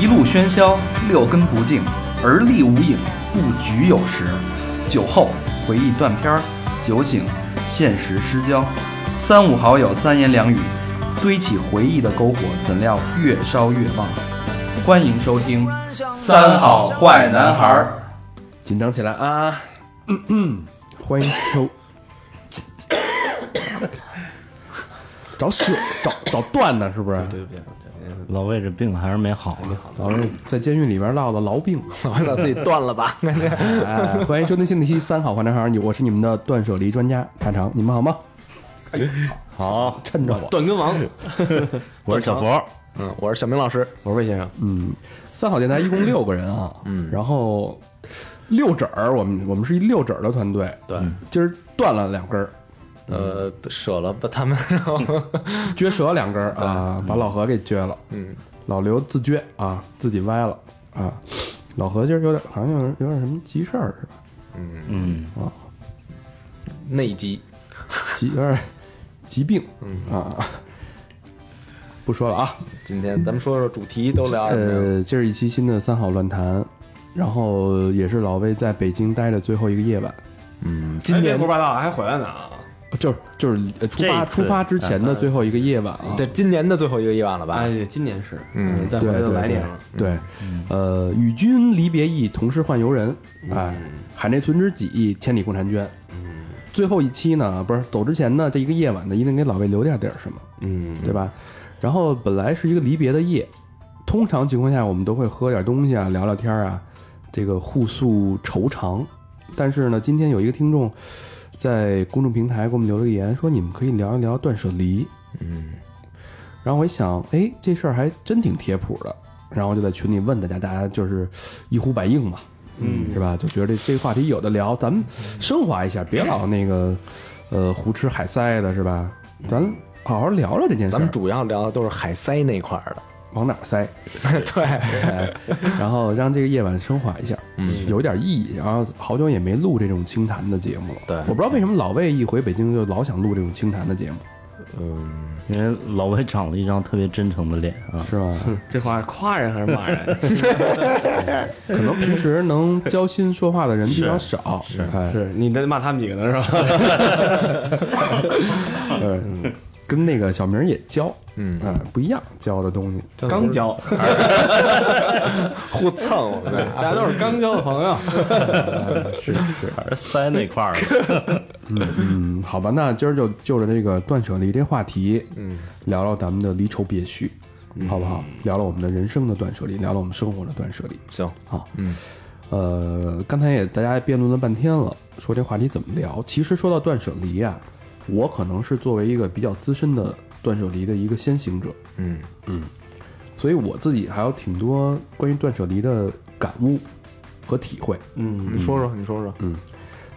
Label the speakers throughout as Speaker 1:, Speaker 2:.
Speaker 1: 一路喧嚣，六根不净，而立无影，不局有时。酒后回忆断片儿，酒醒现实失焦。三五好友三言两语，堆起回忆的篝火，怎料越烧越旺。欢迎收听《三好坏男孩》。
Speaker 2: 紧张起来啊！咳咳欢迎收。 找水，找找段呢，是不是？对
Speaker 3: 老魏这病还是没好呢，
Speaker 2: 老是在监狱里边落的痨病。
Speaker 4: 让自己断了吧。
Speaker 2: 哎，欢迎收听新的一期《三好坏男孩》，我是你们的断舍离专家大长，你们好吗？
Speaker 3: 好，
Speaker 2: 趁着我，
Speaker 4: 断根 王，
Speaker 3: 我是小佛，
Speaker 4: 嗯，我是小明老师，我是魏先生，
Speaker 2: 三好电台一共六个人啊，嗯，然后六指儿，我们我们是一六指儿的团队，
Speaker 4: 对，
Speaker 2: 今儿断了两根儿，
Speaker 4: 呃，舍了吧他们，然后
Speaker 2: 撅折两根儿啊，把老何给撅了，
Speaker 4: 嗯，
Speaker 2: 老刘自撅啊，自己歪了啊，老何今儿有点好像有点有点什么急事儿是吧？
Speaker 3: 嗯，
Speaker 4: 内急，
Speaker 2: 疾有点疾病，
Speaker 5: 嗯
Speaker 2: 啊，不说了啊。
Speaker 4: 今天咱们说说主题都
Speaker 5: 啊
Speaker 4: 聊什么呀？
Speaker 2: 呃，这是一期新的三好乱谈，然后也是老魏在北京待的最后一个夜晚，
Speaker 4: 嗯，今年
Speaker 5: 今天胡说八道还回来呢啊！
Speaker 2: 就是就是呃出发
Speaker 3: 这次
Speaker 2: 出发之前的最后一个夜晚啊。
Speaker 4: 哎对今年的最后一个夜晚了吧？
Speaker 5: 哎，今年是，
Speaker 4: 嗯
Speaker 5: 再回
Speaker 2: 对
Speaker 5: 来就
Speaker 2: 对
Speaker 5: 来
Speaker 2: 对
Speaker 5: 年了。嗯
Speaker 2: 对，呃，与君离别意，同是宦游人。哎，海内存知己，千里共婵娟。
Speaker 5: 嗯
Speaker 2: 最后一期呢，不是走之前呢，这一个夜晚呢，一定给老魏留下点什么。
Speaker 5: 嗯，
Speaker 2: 对吧？然后本来是一个离别的夜，通常情况下我们都会喝点东西啊，聊聊天啊，这个互诉愁肠。但是呢，今天有一个听众在公众平台给我们留了个言，说你们可以聊一聊断舍离。
Speaker 4: 嗯，
Speaker 2: 然后我一想，哎，这事儿还真挺贴谱的。然后我就在群里问大家，大家就是一呼百应嘛，嗯，是吧？就觉得这这个话题有的聊，咱们升华一下，别老那个，呃，胡吃海塞的是吧？咱好好聊聊这件事儿。
Speaker 4: 咱们主要聊的都是海塞那块儿的，
Speaker 2: 往哪儿塞，
Speaker 4: 对，
Speaker 2: 哎，然后让这个夜晚升华一下，
Speaker 4: 嗯，
Speaker 2: 有点意义。然后好久也没录这种清谈的节目了，
Speaker 4: 对
Speaker 2: 我不知道为什么老魏一回北京就老想录这种清谈的节目，
Speaker 4: 嗯，
Speaker 3: 因为老魏长了一张特别真诚的脸 啊，
Speaker 2: 是吧？
Speaker 5: 这话是夸人还是骂人？
Speaker 2: 可能平时能交心说话的人比较少，是哎，
Speaker 5: 是你得骂他们几个呢，是吧？
Speaker 2: 嗯，跟那个小明也教，
Speaker 4: 嗯
Speaker 2: 哎，不一样教的东西。
Speaker 5: 刚交，
Speaker 4: 互蹭，我们
Speaker 5: 大家都是刚交的朋友。
Speaker 3: 还是塞那块儿了，
Speaker 2: 嗯，好吧，那今儿就就着这个断舍离这话题，
Speaker 4: 嗯，
Speaker 2: 聊聊咱们的离愁别绪，好不好？聊聊我们的人生的断舍离，聊聊我们生活的断舍离。
Speaker 4: 行，
Speaker 2: 好，
Speaker 4: 嗯，
Speaker 2: 呃，刚才也大家也辩论了半天了，说这话题怎么聊？其实说到断舍离啊，我可能是作为一个比较资深的断舍离的一个先行者，
Speaker 4: 嗯
Speaker 2: 所以我自己还有挺多关于断舍离的感悟和体会。
Speaker 5: 嗯，
Speaker 4: 你说说，你说说，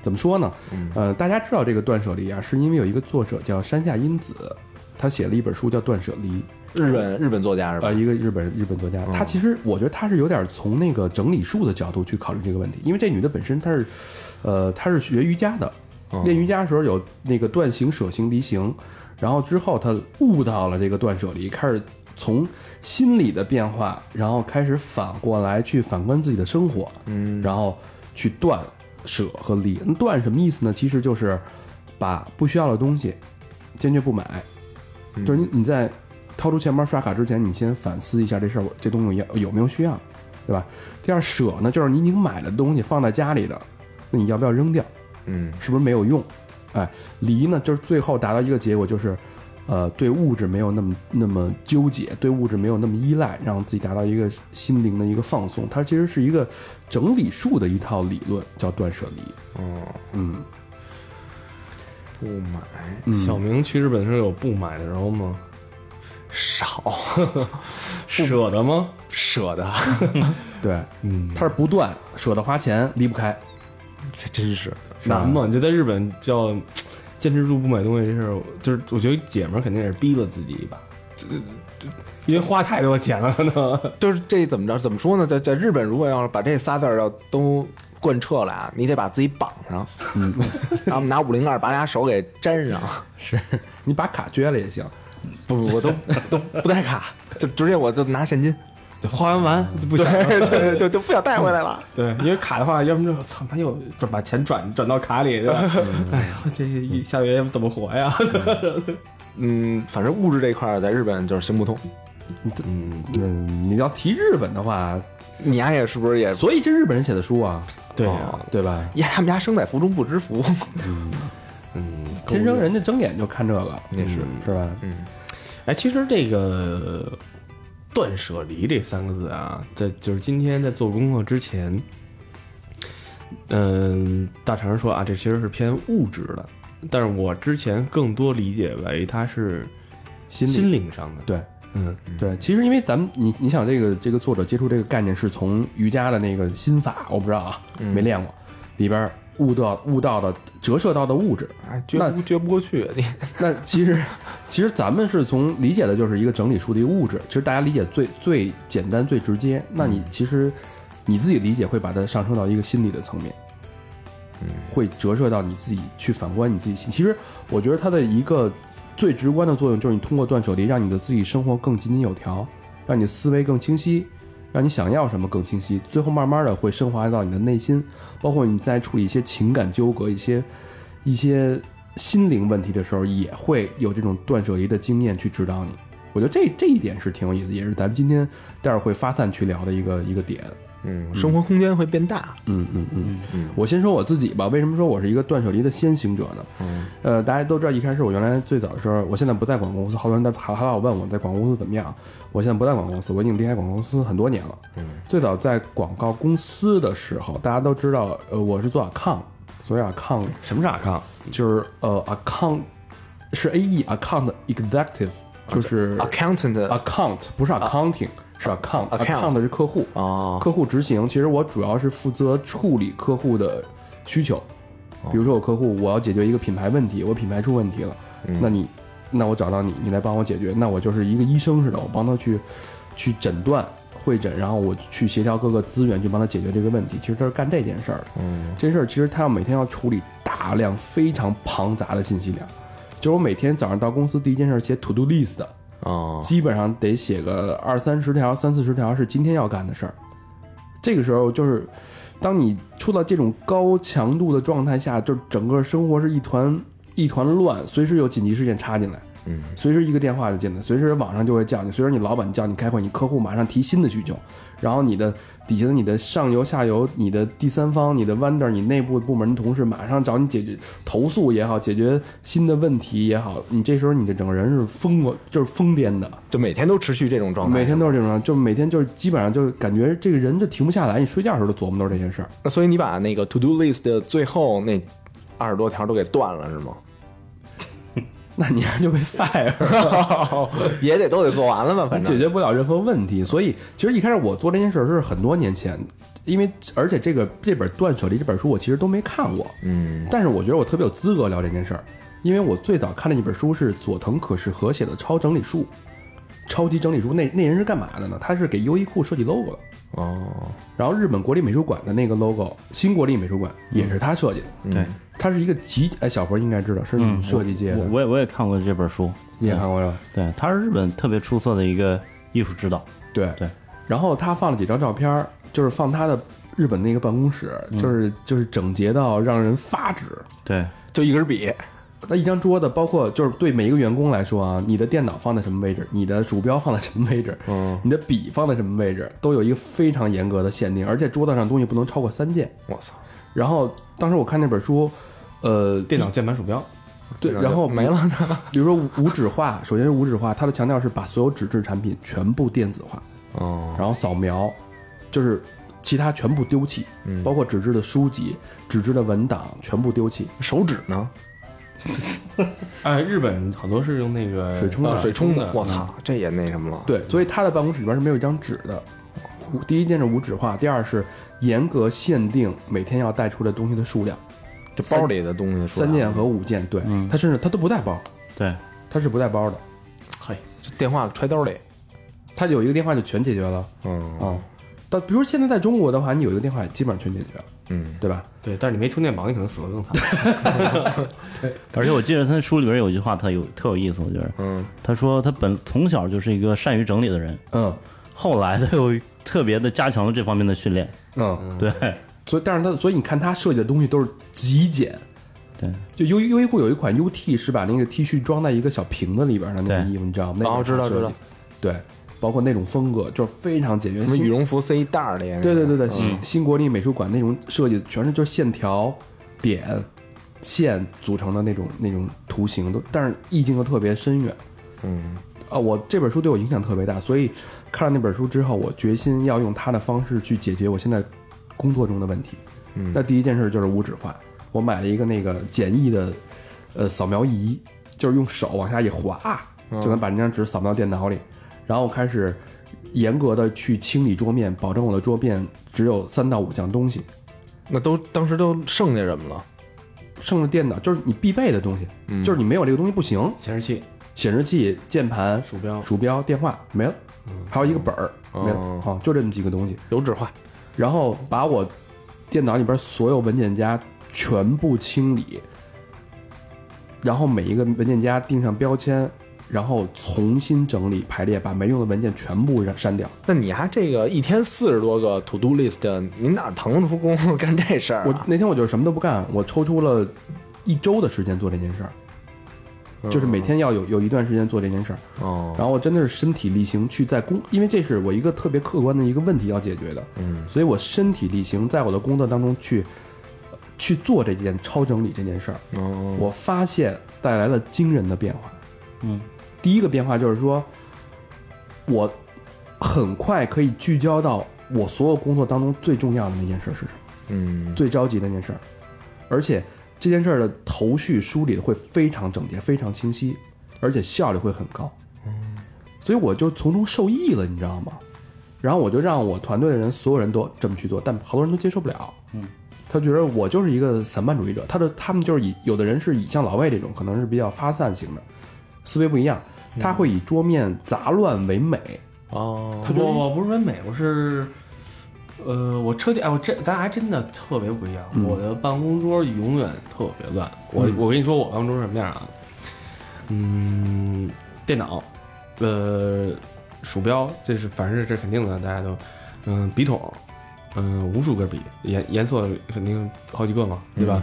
Speaker 2: 怎么说呢
Speaker 4: 嗯？
Speaker 2: 呃，大家知道这个断舍离啊，是因为有一个作者叫山下英子，他写了一本书叫《断舍离》，
Speaker 4: 日本日本作家是吧嗯
Speaker 2: 呃，？一个日本日本作家，他其实我觉得他是有点从那个整理术的角度去考虑这个问题，因为这女的本身她是，呃，她是学瑜伽的，
Speaker 4: 嗯
Speaker 2: 练瑜伽的时候有那个断行、舍行、离行，然后之后她悟到了这个断舍离，开始从心理的变化，然后开始反过来去反观自己的生活，嗯，然后去断舍和离。那断什么意思呢？其实就是把不需要的东西坚决不买，
Speaker 4: 嗯
Speaker 2: 就是你你在掏出钱包刷卡之前，你先反思一下这事儿，我这东西要有没有需要，对吧？第二舍呢，就是你已经买了东西放在家里的，那你要不要扔掉？
Speaker 4: 嗯
Speaker 2: 是不是没有用？哎，离呢，就是最后达到一个结果，就是，呃，对物质没有那么那么纠结，对物质没有那么依赖，让自己达到一个心灵的一个放松。它其实是一个整理术的一套理论，叫断舍离。
Speaker 4: 嗯，
Speaker 2: 嗯，
Speaker 4: 不买嗯
Speaker 5: 小明去日本的时候有不买的时候吗？
Speaker 4: 少，
Speaker 5: 舍得吗？
Speaker 4: 舍得，
Speaker 2: 对，嗯，它是不断舍得花钱，离不开。
Speaker 4: 这真是，
Speaker 5: 难吗？你就在日本叫坚持住不买东西这事儿，就是我觉得姐们儿肯定也是逼了自己一把，这这因为花太多钱了，可能
Speaker 4: 就是这怎么着？怎么说呢？在在日本，如果要是把这仨字儿要都贯彻了啊，你得把自己绑上， 嗯，然后拿五零二把俩手给粘上，
Speaker 2: 你把卡撅了也行，
Speaker 4: 不 不，我都都不带卡， 就直接我就拿现金，
Speaker 5: 花完完就不
Speaker 4: 对
Speaker 5: 想了。
Speaker 4: 对对，就不想带回来了。
Speaker 5: 对，因为卡的话，要么就操他又转把钱转转到卡里，对吧？哎呦，这一下个月怎么活呀？
Speaker 4: 嗯，反正物质这一块儿在日本就是行不通。
Speaker 2: 嗯，那你要提日本的话，
Speaker 4: 你丫也是不是也？
Speaker 2: 所以这日本人写的书啊，
Speaker 5: 对呀、
Speaker 4: 哦
Speaker 2: 对吧？
Speaker 4: 呀，他们家生在福中不知福。
Speaker 2: 天生人家睁眼就看这个，
Speaker 4: 也是
Speaker 2: 是吧？
Speaker 5: 哎，其实这个“断舍离”这三个字啊，在就是今天在做功课之前，嗯，大肠说啊，这其实是偏物质的，但是我之前更多理解为它是
Speaker 2: 心理
Speaker 5: 心灵上的，
Speaker 2: 对，
Speaker 5: 嗯，
Speaker 2: 对，其实因为咱们你你想这个这个作者接触这个概念是从瑜伽的那个心法，我不知道啊，没练过，里边悟到悟到的折射到的物质。
Speaker 4: 哎，撅
Speaker 2: 那
Speaker 4: 不撅不过去，你
Speaker 2: 那其实其实咱们是从理解的就是一个整理出的一个物质，其实大家理解最最简单最直接。那你其实你自己理解会把它上升到一个心理的层面。会折射到你自己去反观你自己心。其实我觉得它的一个最直观的作用就是你通过断舍离，让你的自己生活更井井有条，让你的思维更清晰，让你想要什么更清晰。最后慢慢的会升华到你的内心，包括你在处理一些情感纠葛、一些一些心灵问题的时候，也会有这种断舍离的经验去指导你。我觉得这这一点是挺有意思，也是咱们今天待会儿会发散去聊的一个一个点。
Speaker 4: 嗯，生活空间会变大。
Speaker 2: 嗯嗯嗯，我先说我自己吧。为什么说我是一个断舍离的先行者呢？
Speaker 4: 嗯，
Speaker 2: 呃，大家都知道，一开始我原来最早的时候，我现在不在广告公司，好多人在还还老问我在广告公司怎么样。我现在不在广告公司，我已经离开广告公司很多年了。嗯，最早在广告公司的时候，大家都知道，呃，我是做 account，所以 account
Speaker 5: 什么是阿康？
Speaker 2: 就是呃 account 是 A E account executive，就是。
Speaker 4: Accountant
Speaker 2: account 不是 accounting，、是 account。
Speaker 4: 啊 account
Speaker 2: account 是客户啊
Speaker 4: 哦，
Speaker 2: 客户执行，其实我主要是负责处理客户的需求。
Speaker 4: 哦
Speaker 2: 比如说，我客户我要解决一个品牌问题，我品牌出问题了，
Speaker 4: 嗯
Speaker 2: 那你，那我找到你，你来帮我解决，那我就是一个医生似的，我帮他去去诊断、会诊，然后我去协调各个资源去帮他解决这个问题。其实他是干这件事儿的。
Speaker 4: 嗯，
Speaker 2: 这事儿其实他要每天要处理大量非常庞杂的信息量，就是我每天早上到公司第一件事儿写 to do list 的，
Speaker 4: 哦，
Speaker 2: 基本上得写个二三十条、三四十条是今天要干的事儿。这个时候就是，当你处到这种高强度的状态下，就是整个生活是一团一团乱，随时有紧急事件插进来，
Speaker 4: 嗯，
Speaker 2: 随时一个电话就进来，随时网上就会叫你，随时你老板叫你开会，你客户马上提新的需求，然后你的底下的你的上游、下游、你的第三方、你的 vendor、你内部部门同事马上找你解决投诉也好，解决新的问题也好，你这时候你的整个人是疯过，就是疯癫的，
Speaker 4: 就每天都持续这种状态。
Speaker 2: 每天都是这种状态，就每天就是基本上就是感觉这个人就停不下来，你睡觉的时候都琢磨都是这些事儿。
Speaker 4: 那所以你把那个 to do list 的最后那二十多条都给断了是吗？
Speaker 2: 那你就被 fire，
Speaker 4: 也得都得做完 了吧，反
Speaker 2: 哦解
Speaker 4: 正。
Speaker 2: 决不了任何问题。所以其实一开始我做这件事儿是很多年前，因为而且这个这本《断舍离》这本书我其实都没看过，
Speaker 4: 嗯，
Speaker 2: 但是我觉得我特别有资格聊这件事儿，因为我最早看的一本书是佐藤可士和写的《超整理术》，超级整理术那那人是干嘛的呢？他是给优衣库设计 logo 的。
Speaker 4: 哦，
Speaker 2: 然后日本国立美术馆的那个 logo，新国立美术馆也是他设计的。
Speaker 4: 嗯
Speaker 3: 对，
Speaker 2: 它是一个集，哎，小佛应该知道，是你
Speaker 3: 嗯，
Speaker 2: 设计界的，
Speaker 3: 我我也我也看过这本书，
Speaker 2: 你也看过是吧？
Speaker 3: 对，他是日本特别出色的一个艺术指导，
Speaker 2: 对
Speaker 3: 对。
Speaker 2: 然后他放了几张照片儿，就是放他的日本那个办公室，就是就是整洁到让人发指。
Speaker 3: 对，
Speaker 4: 就一根笔，
Speaker 2: 那一张桌子，包括就是对每一个员工来说啊，你的电脑放在什么位置，你的鼠标放在什么位置，
Speaker 4: 嗯，
Speaker 2: 你的笔放在什么位置，都有一个非常严格的限定，而且桌子上东西不能超过三件。
Speaker 4: 我操，
Speaker 2: 然后当时我看那本书，呃，
Speaker 5: 电脑键盘鼠标，
Speaker 2: 对，然后
Speaker 4: 没了呢。
Speaker 2: 比如说无无纸化，首先是无纸化，它的强调是把所有纸质产品全部电子化，
Speaker 4: 哦，
Speaker 2: 然后扫描，就是其他全部丢弃，
Speaker 4: 嗯
Speaker 2: 包括纸质的书籍、纸质的文档全部丢弃。
Speaker 4: 手指呢？
Speaker 5: 哎，日本好多是用那个
Speaker 2: 水啊冲的嗯
Speaker 5: 呃
Speaker 4: 水冲
Speaker 5: 的，
Speaker 4: 我操，这也那什么了。，
Speaker 2: 对，所以他的办公室里边是没有一张纸的。无第一件是无纸化，第二是严格限定每天要带出的东西的数量，
Speaker 4: 这包里的东西说
Speaker 2: 三件和五件。对，
Speaker 4: 嗯
Speaker 2: 他甚至他都不带包，
Speaker 3: 对，
Speaker 2: 他是不带包的。
Speaker 5: 嗯
Speaker 4: 就电话揣兜里。
Speaker 2: 他有一个电话就全解决了。
Speaker 4: 嗯
Speaker 2: 啊、但比如现在在中国的话，你有一个电话也基本上全解决了。
Speaker 4: 嗯，
Speaker 2: 对吧？
Speaker 5: 对，但是你没充电宝，你可能死得 更惨。
Speaker 3: 而且我记得他书里边有一句话，他有特有意思，我觉得，
Speaker 4: 嗯，
Speaker 3: 他说他本从小就是一个善于整理的人，
Speaker 2: 嗯
Speaker 3: 后来他又特别的加强了这方面的训练，
Speaker 2: 嗯，
Speaker 3: 对
Speaker 2: 所以但是它所以你看它设计的东西都是极简，
Speaker 3: 对，
Speaker 2: 就优优衣库有一款 UT 是把那个 T 恤装在一个小瓶子里边的那个
Speaker 3: 对
Speaker 2: 衣服，你知道吗？那
Speaker 4: 哦
Speaker 2: 种
Speaker 4: 知道
Speaker 2: 设计
Speaker 4: 知道，
Speaker 2: 对，包括那种风格就是非常简约，
Speaker 4: 什么
Speaker 2: 新
Speaker 4: 羽绒服塞一袋儿里，
Speaker 2: 嗯对对对对，新新国立美术馆那种设计，全是就是线条、点、线组成的那种那种图形，都但是意境又特别深远。
Speaker 4: 嗯，
Speaker 2: 啊，我这本书对我影响特别大，所以看了那本书之后，我决心要用它的方式去解决我现在工作中的问题。
Speaker 4: 嗯
Speaker 2: 那第一件事就是无纸化，我买了一个那个简易的呃扫描仪，就是用手往下一划，
Speaker 4: 嗯
Speaker 2: 就能把那张纸扫描电脑里。然后开始严格的去清理桌面，保证我的桌面只有三到五项东西，
Speaker 4: 那都当时都剩下什么了？
Speaker 2: 剩了电脑就是你必备的东西，就是你没有这个东西不行。
Speaker 5: 显示器、
Speaker 2: 显示器、键盘、
Speaker 5: 鼠标嗯
Speaker 2: 鼠标、电话没了，还有一个本儿没了，啊，
Speaker 4: 哦
Speaker 2: 就这么几个东西。
Speaker 4: 油纸画，
Speaker 2: 然后把我电脑里边所有文件夹全部清理，然后每一个文件夹钉上标签，然后重新整理排列，把没用的文件全部删删掉。
Speaker 4: 那你还这个一天四十多个 to do list，你哪腾出功夫干这事儿
Speaker 2: 我
Speaker 4: 啊？
Speaker 2: 那天我就是什么都不干，我抽出了一周的时间做这件事儿，就是每天要有有一段时间做这件事儿。
Speaker 4: 嗯哦，
Speaker 2: 然后真的是身体力行去在工，因为这是我一个特别客观的一个问题要解决的，
Speaker 4: 嗯，
Speaker 2: 所以我身体力行在我的工作当中去去做这件超整理这件事儿，
Speaker 4: 哦，
Speaker 2: 我发现带来了惊人的变化。
Speaker 3: 嗯，
Speaker 2: 第一个变化就是说，我很快可以聚焦到我所有工作当中最重要的那件事是什么，
Speaker 4: 嗯，
Speaker 2: 最着急的那件事儿，而且这件事儿的头绪梳理得会非常整洁、非常清晰，而且效率会很高。所以我就从中受益了，你知道吗？然后我就让我团队的人，所有人都这么去做，但好多人都接受不了。
Speaker 3: 嗯，
Speaker 2: 他觉得我就是一个散漫主义者，他的他们就是以有的人是以像老魏这种，可能是比较发散型的，思维不一样，他会以桌面杂乱为美。
Speaker 4: 哦，
Speaker 2: 他觉得
Speaker 5: 我我不是纹美，我是，呃，我彻底哎，我这咱还真的特别不一样。
Speaker 2: 嗯
Speaker 5: 我的办公桌永远特别乱。我、我跟你说，我办公桌是什么样啊？嗯，电脑，呃，鼠标，这是反正是这肯定的，大家都，嗯、笔筒，嗯、无数个笔，颜颜色肯定好几个嘛，对吧？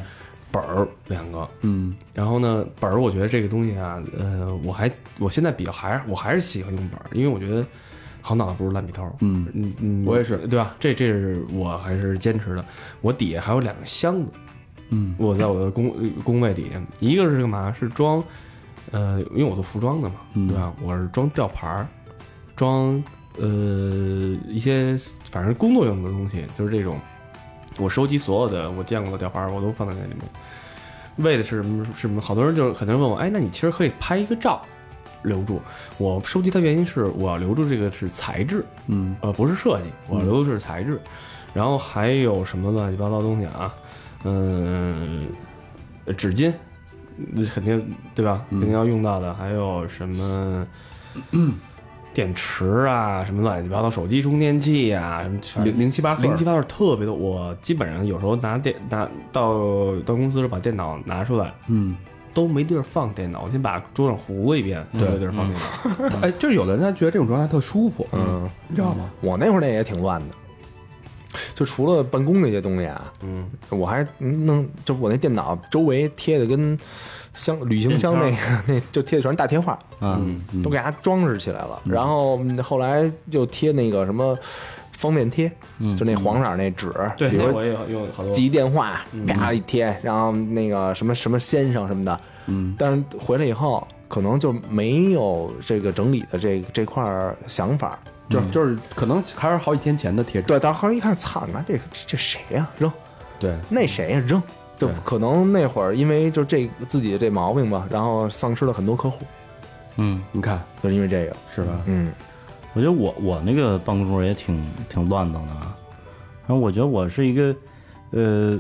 Speaker 5: 本儿两个，
Speaker 2: 嗯
Speaker 5: 然后呢，本儿，我觉得这个东西啊，呃，我还我现在比较还是我还是喜欢用本儿，因为我觉得好脑子不如烂笔头儿。
Speaker 2: 嗯
Speaker 5: 嗯嗯，
Speaker 2: 我也是
Speaker 5: 对吧？这这是我还是坚持的。我底下还有两个箱子，
Speaker 2: 嗯
Speaker 5: 我在我的工呃工位底下，一个是干嘛？是装，呃，因为我做服装的嘛，
Speaker 2: 嗯
Speaker 5: 对吧？我是装吊牌儿，装呃一些反正工作用的东西，就是这种。我收集所有的我见过的吊牌儿，我都放在那里面。为的是什么？是什么？好多人就是很多人问我，哎，那你其实可以拍一个照，留住。我收集它原因是我要留住这个是材质，
Speaker 2: 嗯
Speaker 5: 呃，不是设计，我留的是材质，然后还有什么乱七八糟东西啊？嗯，呃纸巾，那肯定对吧？肯
Speaker 2: 嗯
Speaker 5: 定要用到的，还有什 么？电池啊，什么乱七八糟，手机充电器啊，什么全
Speaker 2: 零零七八碎儿
Speaker 5: 零七八碎儿特别多。我基本上有时候拿电拿到到公司的时候把电脑拿出来，
Speaker 2: 嗯，
Speaker 5: 都没地儿放电脑，我先把桌上糊一遍，才有地儿放电脑。
Speaker 2: 哎，就是有的人他觉得这种状态特舒服，
Speaker 4: 嗯，
Speaker 2: 你知道吗？
Speaker 4: 我那会儿那也挺乱的，就除了办公那些东西啊，
Speaker 5: 嗯，
Speaker 4: 我还弄，就我那电脑周围贴的跟箱旅行箱那个 那就贴的全是大贴画，
Speaker 3: 嗯，
Speaker 4: 都给它装饰起来了。然后嗯后来又贴那个什么方便贴，就那黄色儿那纸，
Speaker 5: 对，
Speaker 4: 比
Speaker 5: 那
Speaker 4: 如
Speaker 5: 我
Speaker 4: 说
Speaker 5: 也有有嗯好多
Speaker 4: 记一电话，啪一贴，然后那个什么什么先生什么的，嗯，但是回来以后可能就没有这个整理的这这块儿想法儿。
Speaker 2: 就就是可能还是好几天前的贴纸。
Speaker 4: 对，但后来一看，操，你妈这个这这谁呀、扔
Speaker 2: 对，
Speaker 4: 那谁呀、扔。就
Speaker 2: 对
Speaker 4: 可能那会儿因为就这自己的这毛病吧，然后丧失了很多客户，
Speaker 3: 嗯，
Speaker 2: 你看
Speaker 4: 就是因为这个。
Speaker 2: 是吧？
Speaker 4: 嗯
Speaker 3: 我觉得我我那个办公桌也挺挺乱腾的啊，然后我觉得我是一个，呃，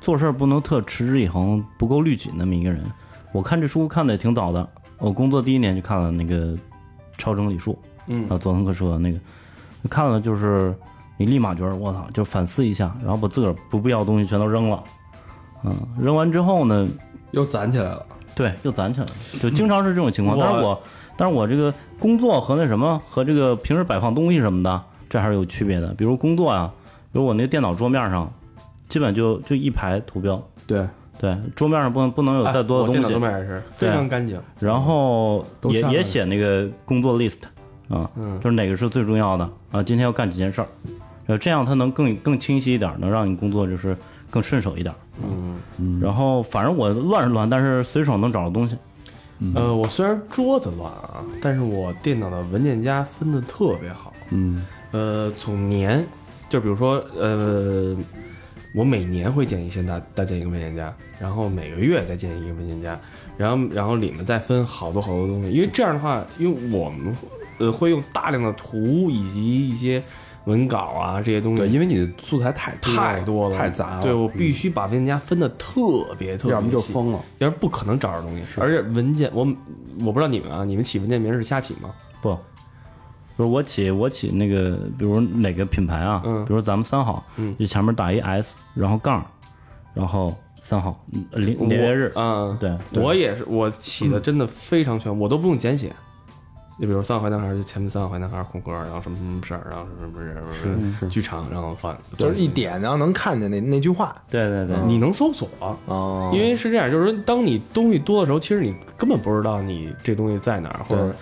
Speaker 3: 做事儿不能特持之以恒、不够律己那么一个人。我看这书看的也挺早的，我工作第一年就看了那个《超整理术》，
Speaker 5: 嗯
Speaker 3: 啊，佐藤可说的那个，看了就是你立马觉得我操，就反思一下，然后把自个儿不必要的东西全都扔了，嗯，扔完之后呢，
Speaker 2: 又攒起来了。
Speaker 3: 对，又攒起来了，就经常是这种情况。
Speaker 5: 嗯我
Speaker 3: 但是我，但是我这个工作和那什么和这个平时摆放东西什么的，这还是有区别的。比如工作啊，比如我那电脑桌面上，基本就就一排图标，
Speaker 2: 对，
Speaker 3: 对，桌面上不能不能 有再多的东
Speaker 5: 哎我电脑
Speaker 3: 西。
Speaker 5: 桌面也是非
Speaker 2: 啊
Speaker 3: 对
Speaker 5: 常干净。
Speaker 3: 然后
Speaker 2: 都
Speaker 3: 也
Speaker 2: 上来
Speaker 3: 也
Speaker 2: 了
Speaker 3: 写那个工作 list 啊，
Speaker 5: 嗯
Speaker 3: 就是哪个是最重要的啊，今天要干几件事儿，呃，这样它能更更清晰一点，能让你工作就是更顺手一点。
Speaker 5: 嗯，
Speaker 2: 嗯，
Speaker 3: 然后反正我乱是乱，但是随手能找到东西。
Speaker 5: 呃，我虽然桌子乱啊，但是我电脑的文件夹分的特别好。
Speaker 2: 嗯，
Speaker 5: 呃，从年，就比如说，呃，我每年会建议先搭搭建一个文件夹，然后每个月再建一个文件夹，然后然后里面再分好多好多东西，因为这样的话，因为我们呃会用大量的图以及一些文稿啊这些东西，
Speaker 2: 对，因为你的素材太
Speaker 5: 太多
Speaker 2: 多
Speaker 5: 了，
Speaker 2: 太杂了，
Speaker 5: 对我必须把文件夹分的特别特别细，
Speaker 2: 要么就疯了。
Speaker 5: 要是不可能找着东西。而且文件，我我不知道你们啊，你们起文件名是瞎起吗？
Speaker 3: 不，不是我起我起那个，比如哪个品牌啊，
Speaker 5: 嗯
Speaker 3: 比如咱们三好，
Speaker 5: 嗯
Speaker 3: 就前面打一 S，然后杠，然后三好嗯零年月日，
Speaker 5: 啊，
Speaker 3: 对，对嗯
Speaker 5: 我也是，我起的真的非常全，我都不用简写。你比如三个坏男孩，就前面三个坏男孩空格，然后什么什么事儿，然后什么什么什么什么剧场，然后放，
Speaker 4: 就是一点，然后能看见那那句话
Speaker 3: 对对对，
Speaker 5: 你能搜索，
Speaker 4: 哦，
Speaker 5: 因为是这样，就是说，当你东西多的时候，其实你根本不知道你这东西在哪儿，或者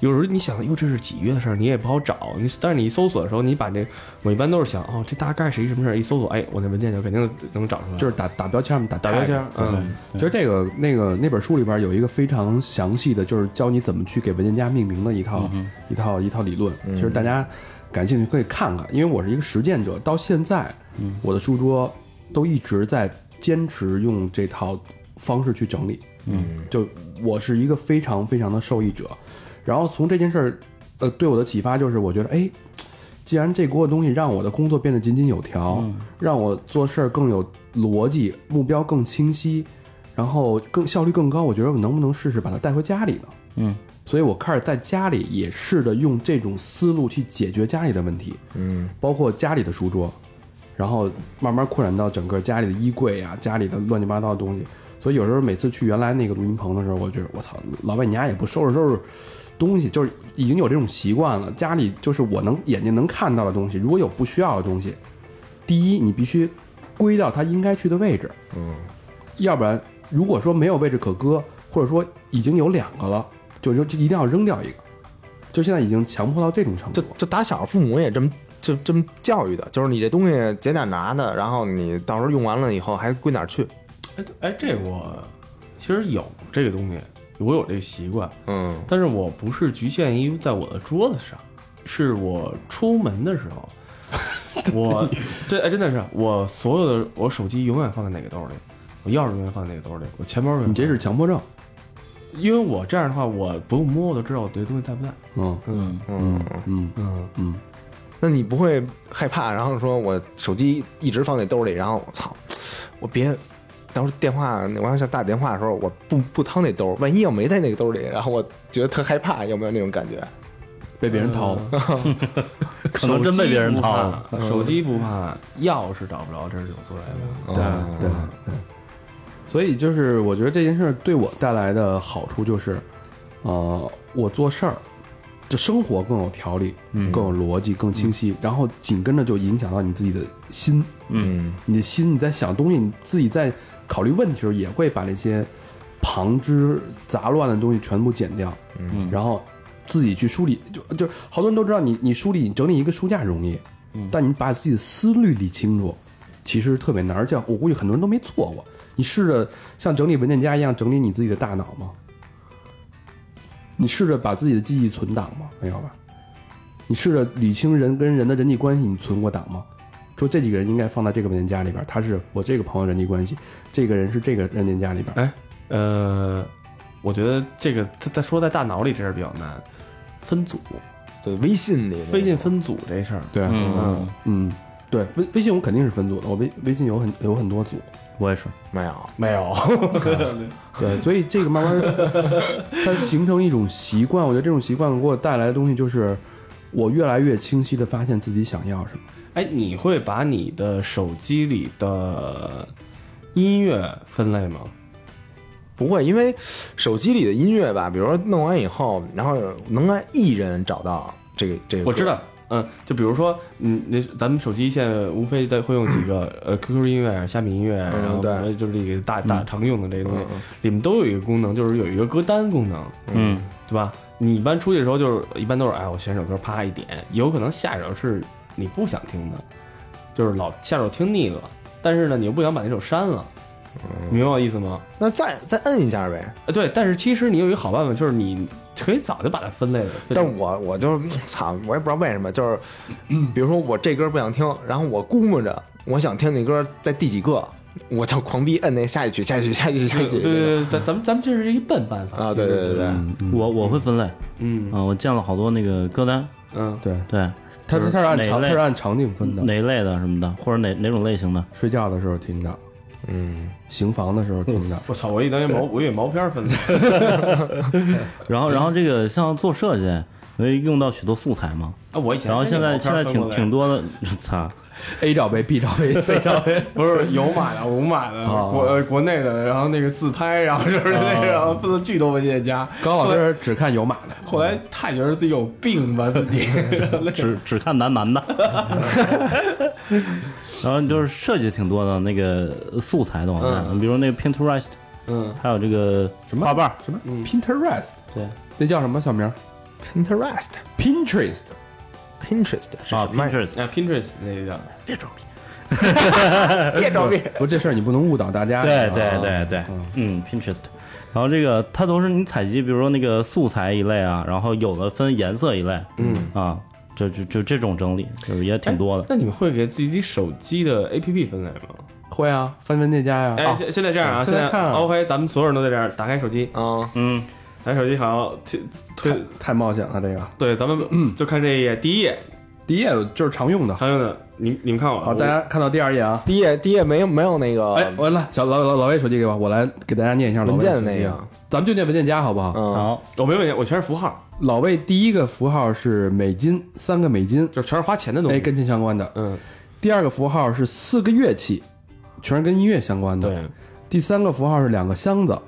Speaker 5: 有时候你想，哟，这是几月的事儿，你也不好找。你但是你一搜索的时候，你把这，我一般都是想，哦，这大概是一什么事儿，一搜索，哎，我那文件就肯定能找出来，
Speaker 2: 就是打打标签儿嘛，打
Speaker 5: 嗯打标签儿
Speaker 2: tag，对
Speaker 5: 嗯，
Speaker 2: 其实这个那个那本书里边有一个非常详细的，就是教你怎么去给文件夹命名的一
Speaker 5: 嗯
Speaker 2: 套、一套一套理论。其实大家感兴趣可以看看，因为我是一个实践者，到现在、
Speaker 5: 嗯
Speaker 2: 我的书桌都一直在坚持用这套方式去整理。嗯，就我是一个非常非常的受益者。然后从这件事儿，呃，对我的启发就是，我觉得，哎，既然这锅的东西让我的工作变得井井有条，让我做事儿更有逻辑，目标更清晰，然后更效率更高，我觉得我能不能试试把它带回家里呢？
Speaker 3: 嗯，
Speaker 2: 所以我开始在家里也试着用这种思路去解决家里的问题，
Speaker 4: 嗯，
Speaker 2: 包括家里的书桌，然后慢慢扩展到整个家里的衣柜啊，家里的乱七八糟的东西。所以有时候每次去原来那个录音棚的时候，我觉得我操，老外你家也不收拾收拾东西，就是已经有这种习惯了。家里就是我能眼睛能看到的东西，如果有不需要的东西，第一你必须归到它应该去的位置，嗯，要不然如果说没有位置可搁，或者说已经有两个了，就就就一定要扔掉一个。就现在已经强迫到这种程度
Speaker 4: 就
Speaker 2: 了，
Speaker 4: 就打小父母也这么就这么教育的，就是你这东西捡点拿的，然后你到时候用完了以后还归哪儿去？
Speaker 5: 哎哎，这我其实有这个东西，我有这个习惯，
Speaker 4: 嗯
Speaker 5: 但是我不是局限于在我的桌子上，是我出门的时候，我这哎真的是我所有的我手机永远放在哪个兜里，我钥匙永远放在哪个兜里，我钱包永远
Speaker 2: 你这是
Speaker 5: 放
Speaker 2: 强迫症，
Speaker 5: 在因为我这样的话，我不用摸我就知道我这东西在不在。
Speaker 2: 嗯
Speaker 5: 嗯
Speaker 4: 嗯，
Speaker 2: 嗯
Speaker 5: 嗯，
Speaker 2: 嗯，
Speaker 4: 那你不会害怕？然后说我手机一直放在兜里，然后我操，我别。到时候电话，我要想打电话的时候，我不不掏那兜，万一要没在那个兜里，然后我觉得特害怕，有没有那种感觉？
Speaker 2: 被别人掏了。
Speaker 3: 可能真被别人掏了。
Speaker 5: 呃手机不怕，钥匙找不着，这是有作来的。
Speaker 2: 对
Speaker 4: 啊
Speaker 2: 对对，所以就是我觉得这件事儿对我带来的好处就是，呃，我做事儿，就生活更有条理，
Speaker 4: 嗯
Speaker 2: 更有逻辑，更清晰，然后紧跟着就影响到你自己的心，
Speaker 4: 嗯，
Speaker 2: 你的心你在想东西，你自己在考虑问题的时候，也会把那些旁枝杂乱的东西全部剪掉，
Speaker 3: 嗯
Speaker 2: 然后自己去梳理，就呃就好多人都知道你你梳理你整理一个书架容易，但你把自己的思虑理清楚，其实特别难，而且我估计很多人都没做过。你试着像整理文件夹一样整理你自己的大脑吗？你试着把自己的记忆存档吗？没有吧？你试着理清人跟人的人际关系，你存过档吗？说这几个人应该放在这个文件夹里边，他是我这个朋友人际关系，这个人是这个人件夹里边。
Speaker 5: 哎，呃，我觉得这个在在说在大脑里这事儿比较难，分组，
Speaker 4: 对，微信里
Speaker 5: 飞进分组这事儿，
Speaker 2: 对，嗯
Speaker 5: 嗯，
Speaker 2: 对，微微信我肯定是分组的，我微微信有很有很多组，
Speaker 3: 我也是，
Speaker 4: 没有，
Speaker 5: 没有，
Speaker 2: 对，所以这个慢慢 它形成一种习惯，我觉得这种习惯给我带来的东西就是，我越来越清晰的发现自己想要什么。
Speaker 5: 哎，你会把你的手机里的音乐分类吗？
Speaker 4: 不会，因为手机里的音乐吧，比如说弄完以后，然后能按艺人找到这个这个歌，
Speaker 5: 我知道，嗯，就比如说，嗯，那咱们手机现在无非在会用几个，呃，QQ 音乐、虾米音乐，啊
Speaker 4: 嗯
Speaker 5: 然后
Speaker 4: 对
Speaker 5: 反正就是这个大大常用的这个东西
Speaker 4: 嗯嗯，
Speaker 5: 里面都有一个功能，就是有一个歌单功能，
Speaker 3: 嗯，
Speaker 5: 对吧？你一般出去的时候，就是一般都是哎，我选首歌，啪一点，有可能下一首是你不想听的，就是老下首听腻了，但是呢，你又不想把那首删了，
Speaker 4: 嗯
Speaker 5: 你明白我意思吗？
Speaker 4: 那再再摁一下呗。
Speaker 5: 呃，对，但是其实你有一个好办法，就是你可以早就把它分类了。分
Speaker 4: 但我我就嗯操，我也不知道为什么，就是嗯比如说我这歌不想听，然后我估摸着我想听那歌在第几个，我就狂逼摁那下一曲、下一曲、下一曲、下一
Speaker 5: 对
Speaker 4: 曲。
Speaker 5: 对对，咱咱们咱们这是一笨办法
Speaker 4: 啊，对对对对，
Speaker 3: 我我会分类，
Speaker 5: 嗯
Speaker 3: 嗯，我建了好多那个歌单，
Speaker 5: 嗯，
Speaker 2: 对，
Speaker 3: 对，
Speaker 2: 它它是按
Speaker 3: 哪
Speaker 2: 场它
Speaker 3: 类
Speaker 2: 是按场景分的，
Speaker 3: 哪一类的什么的，或者哪哪种类型的，
Speaker 2: 睡觉的时候听的，
Speaker 4: 嗯，
Speaker 2: 行房的时候听 的，
Speaker 5: 我操，我以为等于毛，我以为毛片儿分类。
Speaker 3: 然后然后这个像做设计，因为用到许多素材嘛，
Speaker 5: 啊，我以前
Speaker 3: 然后现在
Speaker 5: 也是
Speaker 3: 现
Speaker 5: 毛片
Speaker 3: 在
Speaker 5: 儿分
Speaker 3: 挺
Speaker 5: 过类
Speaker 3: 挺 多的，操，
Speaker 2: A 罩杯、B 罩杯、C 罩杯，
Speaker 5: 不是有买的，无买的，国呃国内的，然后那个自拍，然后是不是那个，然后分了巨多文件夹。
Speaker 2: 高老师只看有码的，
Speaker 5: 后来太觉得自己有病吧，自己
Speaker 3: 只只看男男的，然后就是设计挺多的那个素材的网站，比如那个 Pinterest，
Speaker 5: 嗯，
Speaker 3: 还有这个
Speaker 2: 什么
Speaker 3: 画瓣儿，
Speaker 2: 什么 Pinterest，
Speaker 3: 对，
Speaker 2: 那叫什么小名
Speaker 4: Pinterest。
Speaker 2: ？Pinterest，
Speaker 4: Pinterest 是
Speaker 3: 啊
Speaker 4: 什么呀？
Speaker 3: ，Pinterest，
Speaker 5: 啊 Pinterest 那叫
Speaker 3: 别装逼，
Speaker 4: 别着急，
Speaker 2: 不，这事儿你不能误导大家。
Speaker 3: 对
Speaker 2: 啊
Speaker 3: 对对对，嗯，Pinterest。然后这个它都是你采集，比如说那个素材一类啊，然后有的分颜色一类，嗯啊，就就就这种整理，就是也挺多的。
Speaker 5: 那你们会给自己手机的 APP 分类吗？
Speaker 2: 会啊，翻文件夹呀。
Speaker 5: 哎，
Speaker 2: 啊
Speaker 5: 现现在这样啊，啊
Speaker 2: 现
Speaker 5: 现
Speaker 2: 在
Speaker 5: 在
Speaker 2: 看啊
Speaker 5: OK，咱们所有人都在这儿，打开手机，
Speaker 4: 嗯，
Speaker 3: 嗯，
Speaker 5: 打开手机好推推
Speaker 2: 太，太冒险了，这个
Speaker 5: 对，咱们
Speaker 2: 嗯
Speaker 5: 就看这一页，第一页
Speaker 2: 第一页就是常用的。
Speaker 5: 常用的，你你们看我，
Speaker 2: 好，
Speaker 5: 我
Speaker 2: 大家看到第二页啊。
Speaker 4: 第一页第一页没有没有那个，
Speaker 2: 哎，完了，小老老老魏手机给我，我来给大家念一下老魏
Speaker 4: 呃文件的
Speaker 2: 手机
Speaker 4: 那个
Speaker 2: 啊，咱们就念文件夹好不好？
Speaker 4: 嗯，
Speaker 3: 好，
Speaker 5: 我没问题，我全是符号，
Speaker 2: 老魏第一个符号是美金，三个美金，
Speaker 5: 就是全是花钱的东
Speaker 2: 哎，
Speaker 5: 西。
Speaker 2: 跟钱相关的。
Speaker 5: 嗯，
Speaker 2: 第二个符号是四个乐器，全是跟音乐相关的。
Speaker 5: 对，
Speaker 2: 第三个符号是两个箱子，